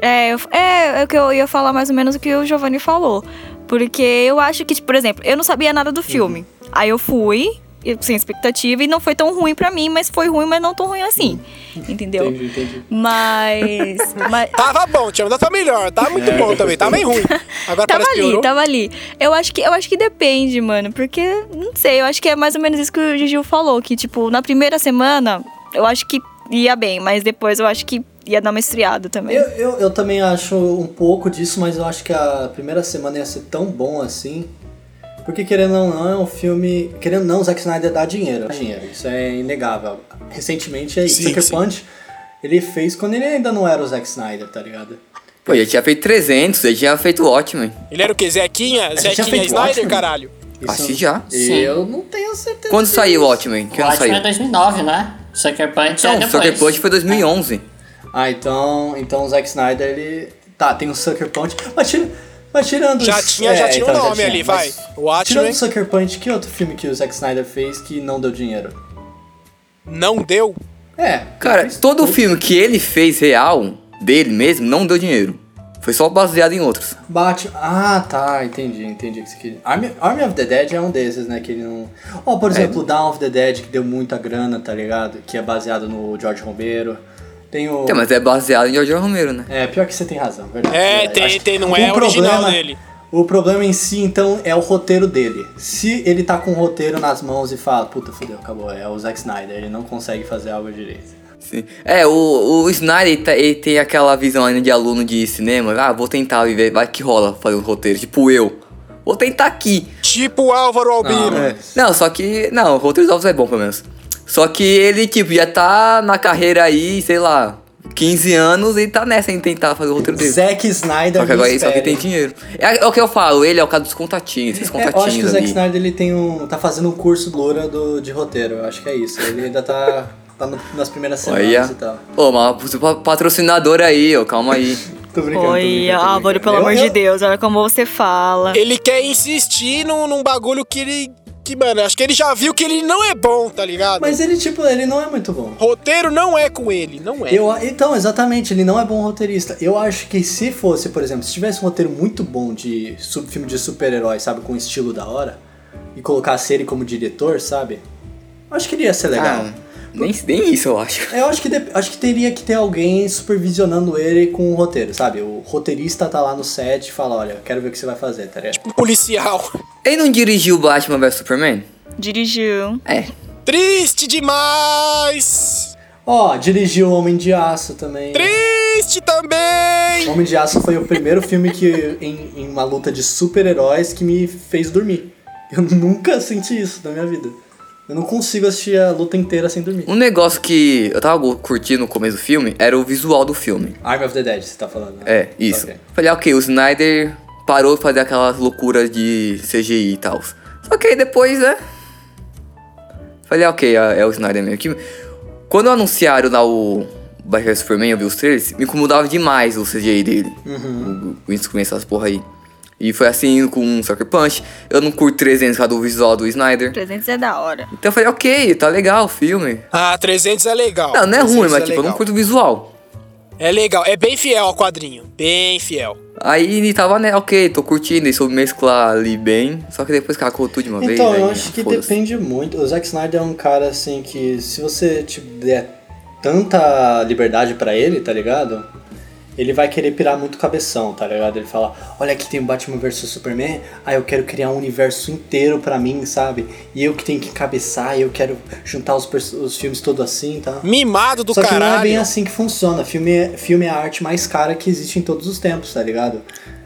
É, eu- é, é o que eu ia falar mais ou menos o que o Giovanni falou. Porque eu acho que, tipo, por exemplo, eu não sabia nada do filme. Aí eu fui, eu- sem expectativa, e não foi tão ruim pra mim, mas foi ruim, mas não tão ruim assim. Entendeu? Entendi, entendi. Mas. mas Tava bom, tinha ainda tá melhor. Tava muito É. bom também, tava bem ruim. tava Agora parece que ali, piorou. tava ali. Eu acho, que, eu acho que depende, mano. Porque, não sei, eu acho que é mais ou menos isso que o Gigi falou. Que, tipo, na primeira semana, eu acho que ia bem, mas depois eu acho que ia dar uma estriada também. Eu, eu, eu também acho um pouco disso, mas eu acho que a primeira semana ia ser tão bom assim. Porque querendo ou não, é um filme. Querendo ou não, o Zack Snyder dá dinheiro. Dá dinheiro, isso é inegável. Recentemente aí, Sim, Sucker sim. Punch, ele fez quando ele ainda não era o Zack Snyder, tá ligado? Pô, ele tinha feito 300, ele tinha feito Watchmen. Ele era o quê? Zequinha? já Zequinha fez Snyder, Watchmen? caralho. Acho que já. Sim. Eu não tenho certeza. Quando disso. saiu Watchmen? Que O ano Watchmen saiu? é 2009, né? Sucker Punch é Não, depois. Então, É, Sucker Punch foi 2011. Ah, então. Então o Zack Snyder, ele. Tá, tem o Sucker Punch. Mas, tira- mas tirando. Já os- tinha- já tinha um então, nome ali, vai. mas Watchmen. Tirando o Sucker Punch, que outro filme que o Zack Snyder fez que não deu dinheiro? Não deu. É. Cara, todo filme que ele fez real, dele mesmo, não deu dinheiro. Foi só baseado em outros. Bate. Ah, tá, entendi, entendi o que você queria. Army, Army of the Dead é um desses, né? Que ele não. Ó, É. por exemplo, o Dawn of the Dead, que deu muita grana, tá ligado? Que é baseado no George Romero. Tem o. Então, mas é baseado em George Romero, né? É, pior que você tem razão, verdade. É, verdade. tem- Acho que tem- não o é original dele. O problema em si, então, é o roteiro dele. Se ele tá com o roteiro nas mãos e fala, puta, fudeu, acabou, é o Zack Snyder, ele não consegue fazer algo direito. Sim. É, o, o Snyder ele tá- ele tem aquela visão ainda de aluno de cinema. Ah, vou tentar viver, vai que rola fazer um roteiro. Tipo eu. Vou tentar aqui. Tipo o Álvaro Ah, Albino. é. Não, só que. Não, Roteiros Novos é bom, pelo menos. Só que ele, tipo, já tá na carreira aí, sei lá. 15 anos e tá nessa em tentar fazer o roteiro dele. Zack Snyder. Só que agora me ele só que espere. tem dinheiro. É, é o que eu falo, ele é o cara dos contatinhos, É, esses eu acho que o contatinhos Zack ali. Snyder ele tem um, tá fazendo um curso loura do, de roteiro. Eu acho que é isso. Ele ainda tá, tá no- nas primeiras semanas Olha. e tal. Ô, mas pa- patrocinador aí, ó, calma aí. Tô brincando. tô Oi, brincando, tô Álvaro, brincando. pelo Eu- amor eu- de Deus, olha como você Ah. fala. Ele quer insistir num, num bagulho que ele. Que, mano, acho que ele já viu que ele não é bom, tá ligado? Mas ele, tipo, ele não é muito bom. Roteiro não é com ele, não é. Eu, a- então, exatamente, ele não é bom roteirista. Eu acho que se fosse, por exemplo, se tivesse um roteiro muito bom de sub, filme de super-herói, sabe, com um estilo da hora, e colocasse ele como diretor, sabe? Eu Acho que ele ia ser legal. Ah, nem, nem isso eu acho. Eu acho que, dep- acho que teria que ter alguém supervisionando ele com o roteiro, sabe? O roteirista tá lá no set e fala, olha, quero ver o que você vai fazer, tá ligado? Um policial. Ele não dirigiu Batman vs Superman? Dirigiu. É. Triste demais! Ó, dirigiu Homem de Aço também. Triste também! Homem de Aço foi o primeiro filme que, em, em uma luta de super-heróis, que me fez dormir. Eu nunca senti isso na minha vida. Eu não consigo assistir a luta inteira sem dormir. Um negócio que eu tava go- curtindo no começo do filme era o visual do filme. Army of the Dead, você tá falando. né? É, isso. Ok. Falei, ah, ok, o Snyder parou de fazer aquelas loucuras de CGI e tal. Só que aí depois, né? Falei, ah, ok, é, é o Snyder mesmo. Que- Quando anunciaram lá o Batman vs Superman, eu vi os trailers, me incomodava demais o CGI dele. O, o instrumento, essas porra aí. E foi assim com o Sucker Punch. Eu não curto 300 cada do visual do Snyder. 300 é da hora. Então eu falei, ok, tá legal o filme. Ah, 300 é legal. Não, não é 300 ruim, mas tipo, eu legal. não curto o visual. É legal, é bem fiel ao quadrinho. Bem fiel. Aí ele tava, né, ok, tô curtindo, e soube mesclar ali bem. Só que depois cacou tudo de uma vez. Então, eu aí, acho que foda-se. depende muito. O Zack Snyder é um cara assim que se você te der tanta liberdade pra ele, tá ligado? Ele vai querer pirar muito cabeção, tá ligado? Ele fala: "Olha aqui tem o Batman vs Superman, aí eu quero criar um universo inteiro pra mim, sabe? E eu que tenho que encabeçar, eu quero juntar os, pers- os filmes todo assim, tá?" Hum, Mimado do Só que não é caralho. bem assim que funciona. Filme é, filme é a arte mais cara que existe em todos os tempos, tá ligado?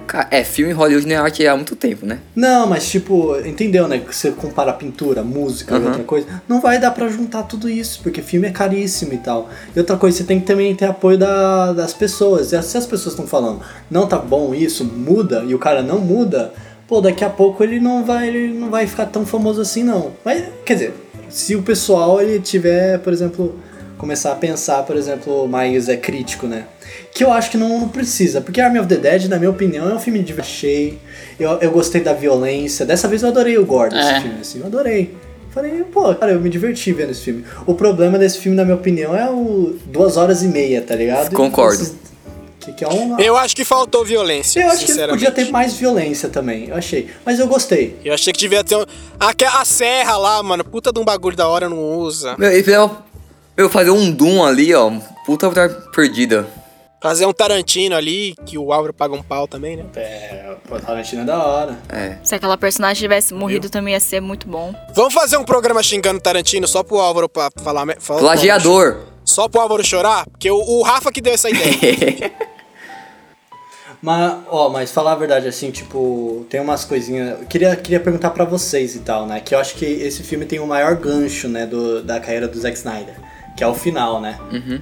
Ca- É, filme em Hollywood não é arte há muito tempo, né? Não, mas tipo, entendeu, né? Que Você compara pintura, música e outra coisa, não vai dar pra juntar tudo isso, porque filme é caríssimo e tal. E outra coisa, você tem que também ter apoio da- das pessoas. E se as pessoas estão falando, não tá bom isso, muda, e o cara não muda, pô, daqui a pouco ele não vai, ele não vai ficar tão famoso assim, não. Mas, quer dizer, se o pessoal ele tiver, por exemplo, começar a pensar, por exemplo, mais é crítico, né? Que eu acho que não, não precisa, porque Army of the Dead, na minha opinião, é um filme de cheio. Eu, eu gostei da violência. Dessa vez eu adorei o Gore desse É. filme, assim, eu adorei. Falei, pô, cara, eu me diverti vendo esse filme. O problema desse filme, na minha opinião, é o duas horas e meia, tá ligado? Concordo. Esses- Que, que é um. Eu acho que faltou violência. Eu acho que ele sinceramente. podia ter mais violência também, eu achei. Mas eu gostei. Eu achei que devia ter. um- Aque- A, serra lá, mano. Puta de um bagulho da hora não usa. Meu, ele fizeram- meu, fazer um Doom ali, ó, puta oportunidade perdida. Fazer um Tarantino ali, que o Álvaro paga um pau também, né? É, o Tarantino é da hora. É. Se aquela personagem tivesse morrido, também ia ser muito bom. Vamos fazer um programa xingando Tarantino só pro Álvaro pra falar. me- falar- Plagiador. Só pro Álvaro chorar? Porque o, o Rafa que deu essa ideia. Mas, ó, mas falar a verdade, assim, tipo, tem umas coisinhas. eu Queria, queria perguntar pra vocês e tal, né? Que eu acho que esse filme tem o maior gancho, né, do, da carreira do Zack Snyder. Que é o final, né? Uhum.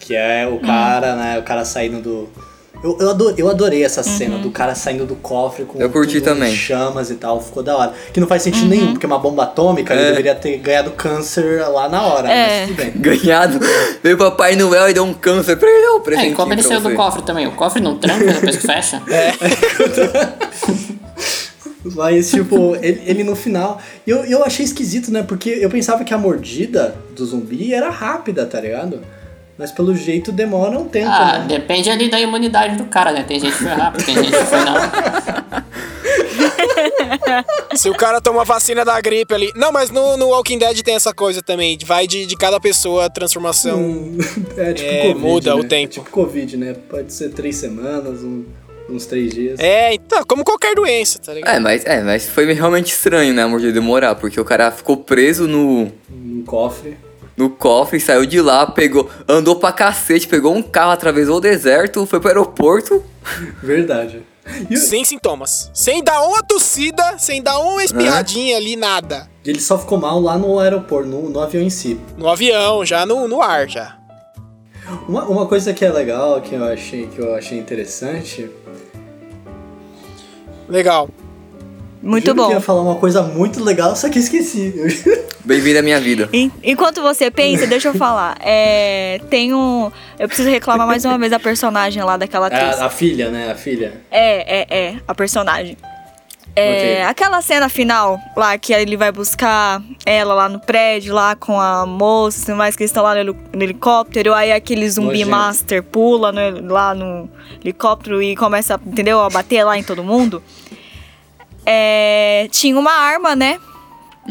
Que é o cara, né? O cara saindo do. Eu, eu, adorei, eu adorei essa cena do cara saindo do cofre com Eu curti tudo em também. chamas e tal, ficou da hora. Que não faz sentido nenhum, porque é uma bomba atômica É. ele deveria ter ganhado câncer lá na hora, É. mas tudo bem. Ganhado. Veio Papai Noel e deu um câncer pra É, ele, ó, um É, presente. e como ele saiu do cofre também. O cofre não tranca depois que fecha. Mas, tipo, ele, ele no final. E eu, eu achei esquisito, né? Porque eu pensava que a mordida do zumbi era rápida, tá ligado? Mas pelo jeito demora um tempo, então. Ah, né? depende ali da imunidade do cara, né? Tem gente que foi rápido, tem gente que foi não. Se o cara toma a vacina da gripe ali. Não, mas no, no Walking Dead tem essa coisa também. Vai de, de cada pessoa a transformação. É tipo É, Covid. muda né? o tempo. É tipo Covid, né? Pode ser três semanas, um- uns três dias. É, então, como qualquer doença, tá ligado? É mas, é, mas foi realmente estranho, né, amor, de demorar, porque o cara ficou preso no, Num um cofre. no cofre, saiu de lá, pegou, andou pra cacete, pegou um carro, atravessou o deserto, foi pro aeroporto, Verdade. E o- Sem sintomas. Sem dar uma tossida, sem dar uma espirradinha ali, nada. e ele só ficou mal lá no aeroporto, no, no avião em si. No avião, já no, no ar, já. Uma, uma coisa que é legal, que eu achei, que eu achei interessante. Legal. Muito juro Que eu bom. ia falar uma coisa muito legal, só que esqueci. Eu juro. Bem-vindo à minha vida. En- Enquanto você pensa, deixa eu falar. É, tem um. Eu preciso reclamar mais uma vez da personagem lá daquela atriz. É, A, a filha, né? A filha. É, é, é, a personagem. É, Ok. aquela cena final lá que ele vai buscar ela lá no prédio, lá com a moça, e tudo mais que eles estão lá no, heli- no helicóptero, aí aquele zumbi Nojento. master pula no heli- lá no helicóptero e começa, entendeu, a bater lá em todo mundo. É, tinha uma arma, né?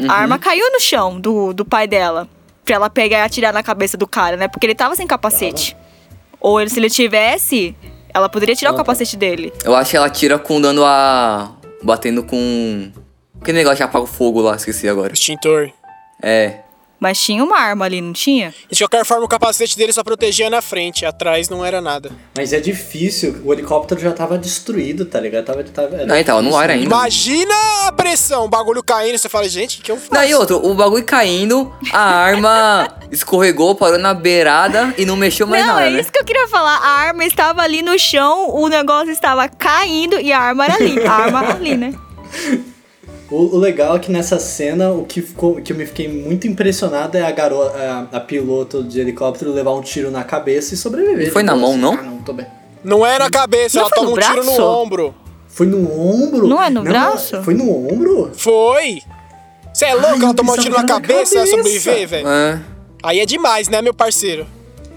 A Uhum. arma caiu no chão do, do pai dela. Pra ela pegar e atirar na cabeça do cara, né? Porque ele tava sem capacete. Ou ele, se ele tivesse, ela poderia tirar o capacete dele. Eu acho que ela tira com dando a. batendo com. Que negócio que apaga o fogo lá, esqueci agora. Extintor. É. Mas tinha uma arma ali, não tinha? E de qualquer forma, o capacete dele só protegia na frente, atrás não era nada. Mas é difícil, o helicóptero já tava destruído, tá ligado? Tava, tava, era Não, ele tava no difícil. ar ainda. Imagina a pressão, o bagulho caindo, você fala, gente, o que eu faço? Não, e outro, o bagulho caindo, a arma escorregou, parou na beirada e não mexeu mais não, nada, é né? isso que eu queria falar. A arma estava ali no chão, o negócio estava caindo e a arma era ali. A arma era ali, né? O, o legal é que nessa cena o que, ficou, o que eu me fiquei muito impressionado é a garota, a, a piloto de helicóptero levar um tiro na cabeça e sobreviver. Não foi na Tipo, mão, não? Ah, não, tô bem. Não é na cabeça, Não ela foi toma um no tiro no braço? ombro. Foi no ombro? Não é no braço? Foi no ombro? Foi! Você é louco? Ai, ela tomou um eu tiro pensava na que era na cabeça e ela cabeça. sobreviver, velho. É. Aí é demais, né, meu parceiro?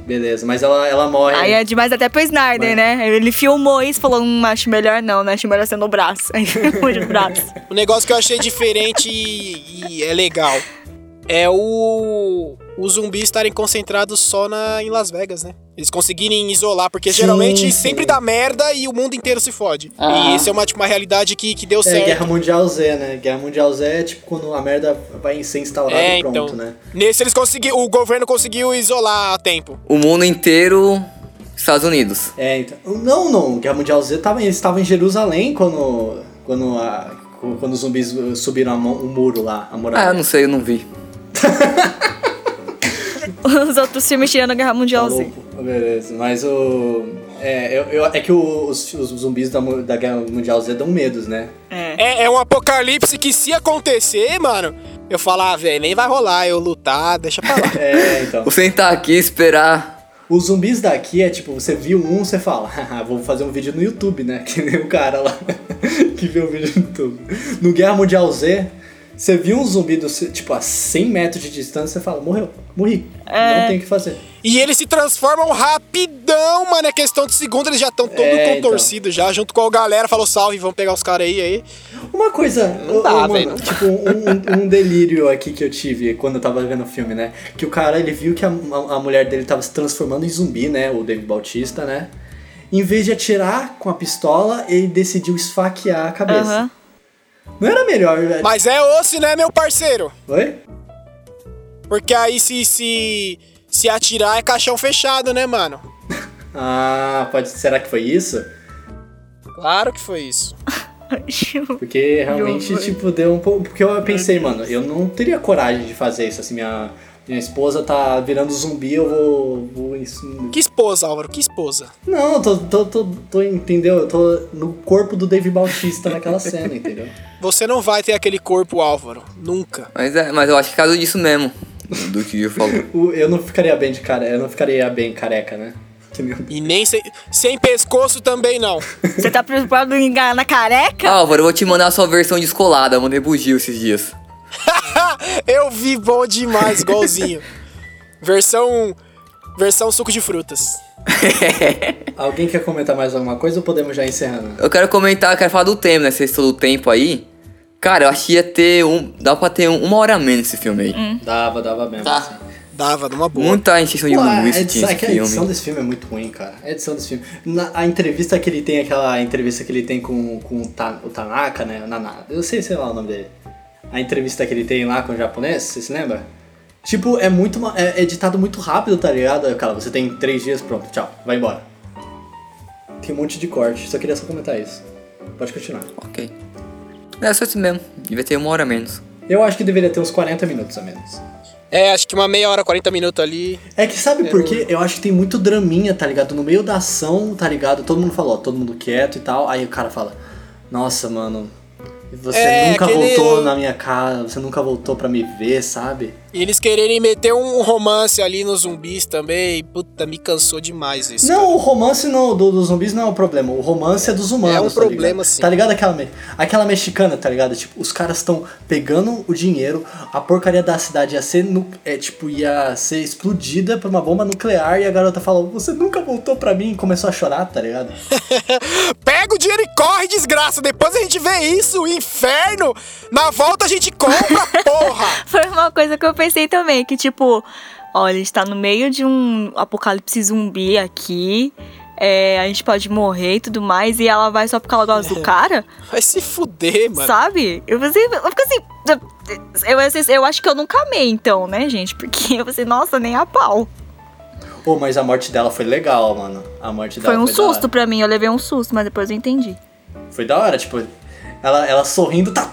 Beleza, mas ela, ela morre. Aí é demais até pro Snyder, né? Ele filmou isso e falou: hum, acho melhor não, né? Acho melhor ser no braço. Aí foi no braço. O negócio que eu achei diferente e, e é legal é o os zumbis estarem concentrados só na, em Las Vegas, né? Eles conseguirem isolar, porque Sim, geralmente sim. sempre dá merda e o mundo inteiro se fode. Ah. E isso é uma, tipo, uma realidade que, que deu É, certo. Guerra Mundial Z, né? Guerra Mundial Z é tipo quando a merda vai ser instaurada É, e pronto, então. né? Nesse eles conseguiram. O governo conseguiu isolar a tempo. O mundo inteiro, Estados Unidos. É, então. Não, não. Guerra Mundial Z tava, eles estavam em Jerusalém quando. quando a. Quando os zumbis uh, subiram a mão- o muro lá, a Ah, eu muralha. não sei, eu não vi. Os outros filmes tirando a Guerra Mundial Z. Falou, Tá Beleza, mas o. É, eu, eu- é que o- os, os zumbis da, mu- da Guerra Mundial Z dão medos, né? É. É, é um apocalipse que se acontecer, mano, eu falar, ah, velho, nem vai rolar eu lutar, deixa pra lá. É, então. Vou sentar aqui e esperar. Os zumbis daqui é tipo, você viu um, você fala, "Haha, vou fazer um vídeo no YouTube, né? Que nem o cara lá que viu o vídeo no YouTube. No Guerra Mundial Z, você viu um zumbi do, seu- tipo a 100 metros de distância, você fala, morreu, morri, É. não tem o que fazer. E eles se transformam rapidão, mano. É questão de segundo, eles já estão todo É, então. contorcido já, junto com a galera. Falou, salve, vamos pegar os caras aí, aí. Uma coisa, Não dá, uma- velho, não dá. tipo, um, um- um delírio aqui que eu tive quando eu tava vendo o filme, né? Que o cara, ele viu que a, a- a mulher dele tava se transformando em zumbi, né? O David Bautista, né? Em vez de atirar com a pistola, ele decidiu esfaquear a cabeça. Aham. Não era melhor, velho? Mas é osso, né, meu parceiro? Oi? Porque aí se, se, se atirar é caixão fechado, né, mano? Ah, pode. Será que foi isso? Claro que foi isso. Porque realmente, horror. tipo, deu um pouco. Porque eu pensei, mano, eu não teria coragem de fazer isso. Assim, minha, minha esposa tá virando zumbi, eu vou. vou ens- Que esposa, Álvaro, que esposa. Não, eu tô, tô, tô, tô. Entendeu? Eu tô no corpo do Dave Bautista naquela cena, entendeu? Você não vai ter aquele corpo, Álvaro. Nunca. Mas, é, mas eu acho que é caso disso mesmo. Do que eu falou. O- Eu não ficaria bem de cara. Eu não ficaria bem careca, né? Que nem o- E nem sem, sem pescoço também não. Você tá preocupado em enganar na careca? Álvaro, eu vou te mandar a sua versão descolada, mandei pro Gil esses dias. Eu vi bom demais, igualzinho. Versão. Versão suco de frutas. Alguém quer comentar mais alguma coisa ou podemos já encerrando? Eu quero comentar, quero falar do tempo, né? Vocês estão do tempo aí. Cara, eu acho que ia ter um. Dá pra ter um- uma hora a menos esse filme aí. Hum. Dava, dava mesmo. Tá. assim. Dava numa boa. Muita encheção de Pô, a linguiça edição- é tinha esse que a edição filme. desse filme é muito ruim, cara. A edição desse filme. Na- a entrevista que ele tem, aquela entrevista que ele tem com, com o, Ta- o Tanaka, né? Nana, eu sei, sei lá o nome dele. A entrevista que ele tem lá com o japonês, você se lembra? Tipo, é muito. ma- É editado muito rápido, tá ligado? Aí, Cara, você tem três dias, pronto, tchau, vai embora. Tem um monte de corte, só queria só comentar isso. Pode continuar. Ok. É só isso mesmo. Devia ter uma hora a menos. Eu acho que deveria ter uns 40 minutos a menos. É, acho que uma meia hora, 40 minutos ali. É que sabe por quê? Eu acho que tem muito draminha, tá ligado? No meio da ação, tá ligado? Todo mundo falou, ó, todo mundo quieto e tal. Aí o cara fala, nossa, mano, você É, nunca aquele- voltou na minha casa, você nunca voltou pra me ver, sabe? E eles quererem meter um romance ali nos zumbis também. Puta, me cansou demais isso. Não, o romance não, do- dos zumbis não é um problema. O romance é dos humanos. É um tá problema, ligado? sim. Tá ligado aquela, me- aquela mexicana, tá ligado? Tipo, os caras estão pegando o dinheiro, a porcaria da cidade ia ser, nu- é, tipo, ia ser explodida por uma bomba nuclear e a garota falou, você nunca voltou pra mim e começou a chorar, tá ligado? Pega o dinheiro e corre, desgraça. Depois a gente vê isso, inferno. Na volta a gente compra, porra. Foi uma coisa que eu pensei também, que tipo, olha, a gente tá no meio de um apocalipse zumbi aqui, é, a gente pode morrer e tudo mais, e ela vai só por causa do azul cara, Vai se fuder, mano. sabe? Eu pensei, eu fico assim, eu, eu, eu acho que eu nunca amei então, né, gente? Porque eu pensei, nossa, nem a pau. Pô, mas a morte dela foi legal, mano. A morte dela Foi um da hora. susto pra mim, eu levei um susto, mas depois eu entendi. Foi da hora, tipo, ela, ela sorrindo, tá.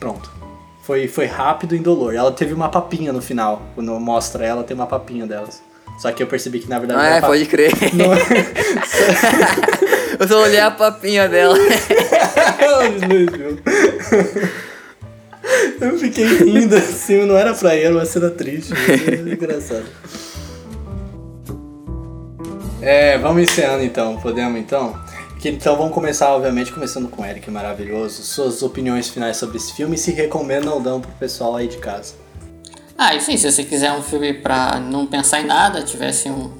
Pronto. Foi, foi rápido e indolor. Ela teve uma papinha no final. Quando mostra ela, tem uma papinha delas. Só que eu percebi que na verdade. Ah, era é, pap- pode crer. Não, Eu só olhei a papinha dela. Os dois juntos. Eu fiquei rindo assim, não era pra ir, era uma cena triste. mas era engraçado. É, vamos encerrando então, podemos então? Que- Então vamos começar, obviamente, começando com o Eric, maravilhoso. Suas opiniões finais sobre esse filme e se recomenda ou não pro pessoal aí de casa. Ah, e sim, se você quiser um filme pra não pensar em nada, tivesse um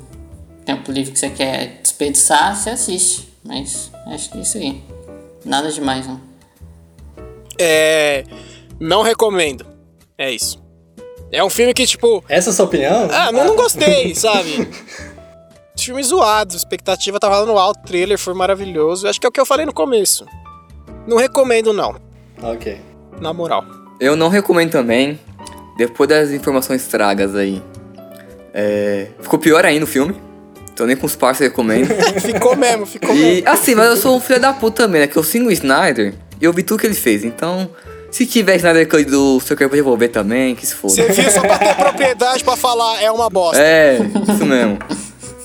tempo livre que você quer desperdiçar, você assiste. Mas acho que é isso aí. Nada demais, não. É. Não recomendo. É isso. É um filme que, tipo. Essa é a sua opinião? Ah, não, não gostei, sabe? Filme zoado, expectativa tava no alto, o trailer foi maravilhoso. Acho que é o que eu falei no começo. Não recomendo, não. Ok. Na moral. Eu não recomendo também. Depois das informações tragas aí. É, Ficou pior ainda o filme. Então nem com os parceiros recomendo. Ficou mesmo, ficou mesmo. E assim, mas eu sou um filho da puta também, né? Que eu sigo o Snyder e eu vi tudo que ele fez. Então, se tiver Snyder Cut do seu corpo devolver também, que se foda. Você viu só pra ter propriedade pra falar, é uma bosta. É, isso mesmo.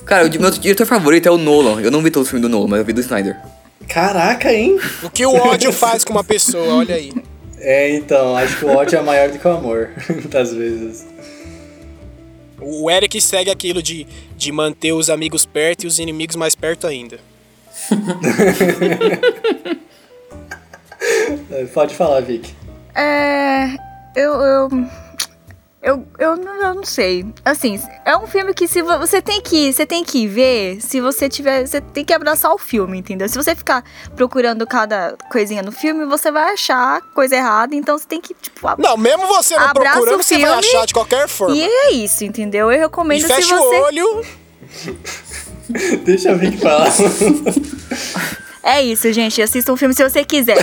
Cara, o meu diretor favorito é o Nolan. Eu não vi todo o filme do Nolan, mas eu vi do Snyder. Caraca, hein? É. O que o ódio faz com uma pessoa, olha aí. É, então, acho que o ódio é maior do que o amor, muitas vezes. O Eric segue aquilo de, de manter os amigos perto e os inimigos mais perto ainda. É, Pode falar, Vic. É. Eu. Eu, eu, eu, não, eu não sei. Assim, é um filme que se vo- você tem que, você tem que ver se você tiver. Você tem que abraçar o filme, entendeu? Se você ficar procurando cada coisinha no filme, você vai achar coisa errada. Então você tem que, tipo, ab- Não, mesmo você não Abraça procurando, o você vai filme achar de qualquer forma. E E, é isso, entendeu? Eu recomendo se fecha você. o olho. Deixa eu Vic falar. É isso, gente. Assista um filme se você quiser.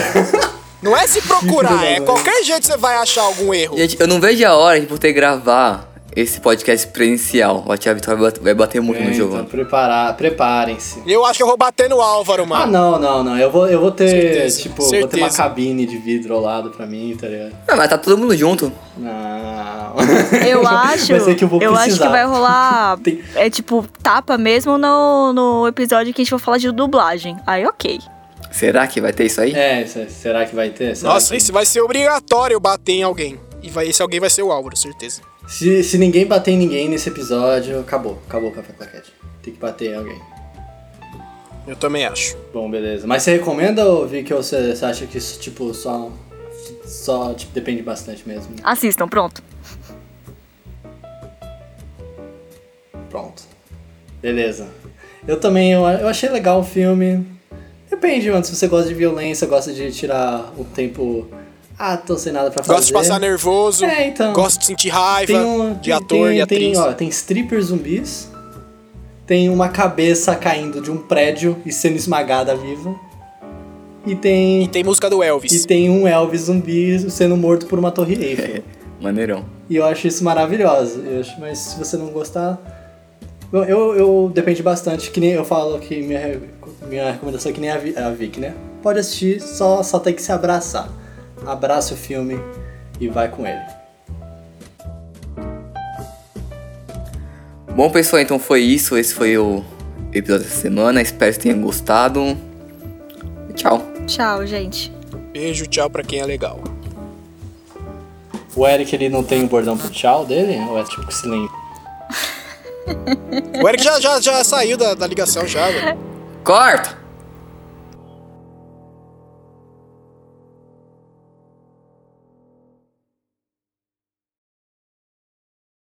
Não é se procurar, é qualquer jeito você vai achar algum erro. Gente, eu não vejo a hora de poder gravar esse podcast presencial. Eu acho que a Vitória vai bat- vai bater muito no jogo. então, preparar, preparem-se. Eu acho que eu vou bater no Álvaro, Ah, mano. não, não, não. Eu vou, eu vou ter, Certeza, tipo, eu vou ter uma certeza. cabine de vidro ao lado pra mim, tá ligado? Ah, mas tá todo mundo junto. Não. Eu acho. Vai ser que eu vou precisar. acho que vai rolar. Tem- É tipo, tapa mesmo no, no episódio que a gente vai falar de dublagem. Aí, ok. Será que vai ter isso aí? É, se- será que vai ter? Será Nossa, que- isso vai ser obrigatório eu bater em alguém. E vai, esse alguém vai ser o Álvaro, certeza. Se, se ninguém bater em ninguém nesse episódio, acabou. Acabou o Café Claquete. Tem que bater em alguém. Eu também acho. Bom, beleza. Mas você recomenda ou Vic, ou você, você acha que isso, tipo, só. Só, tipo, depende bastante mesmo? Assistam, pronto. Pronto. Beleza. Eu também, eu, eu achei legal o filme. Depende, mano, se você gosta de violência, gosta de tirar o tempo. Ah, tô sem nada pra fazer. Gosto de passar nervoso. É, então. Gosto de sentir raiva Tem um, de tem- ator tem, e atriz. Tem, ó, tem strippers zumbis. Tem uma cabeça caindo de um prédio e sendo esmagada viva. E tem. E tem música do E Elvis. tem um Elvis zumbi sendo morto por uma torre Eiffel. Maneirão. E eu acho isso maravilhoso. Eu acho, mas se você não gostar. Bom, Eu, eu depende bastante, que nem eu falo que minha, re- minha recomendação é que nem a, Vi- a Vic, né? Pode assistir, só, só tem que se abraçar. Abraça o filme e vai com ele. Bom, pessoal, então foi isso. Esse foi o episódio da semana. Espero que tenham gostado. Tchau. Tchau, gente. Beijo, tchau pra quem é legal. O Eric, ele não tem o bordão pro tchau dele? Ou é tipo silêncio? O Eric já, já, já saiu da, da ligação já, velho. Corta!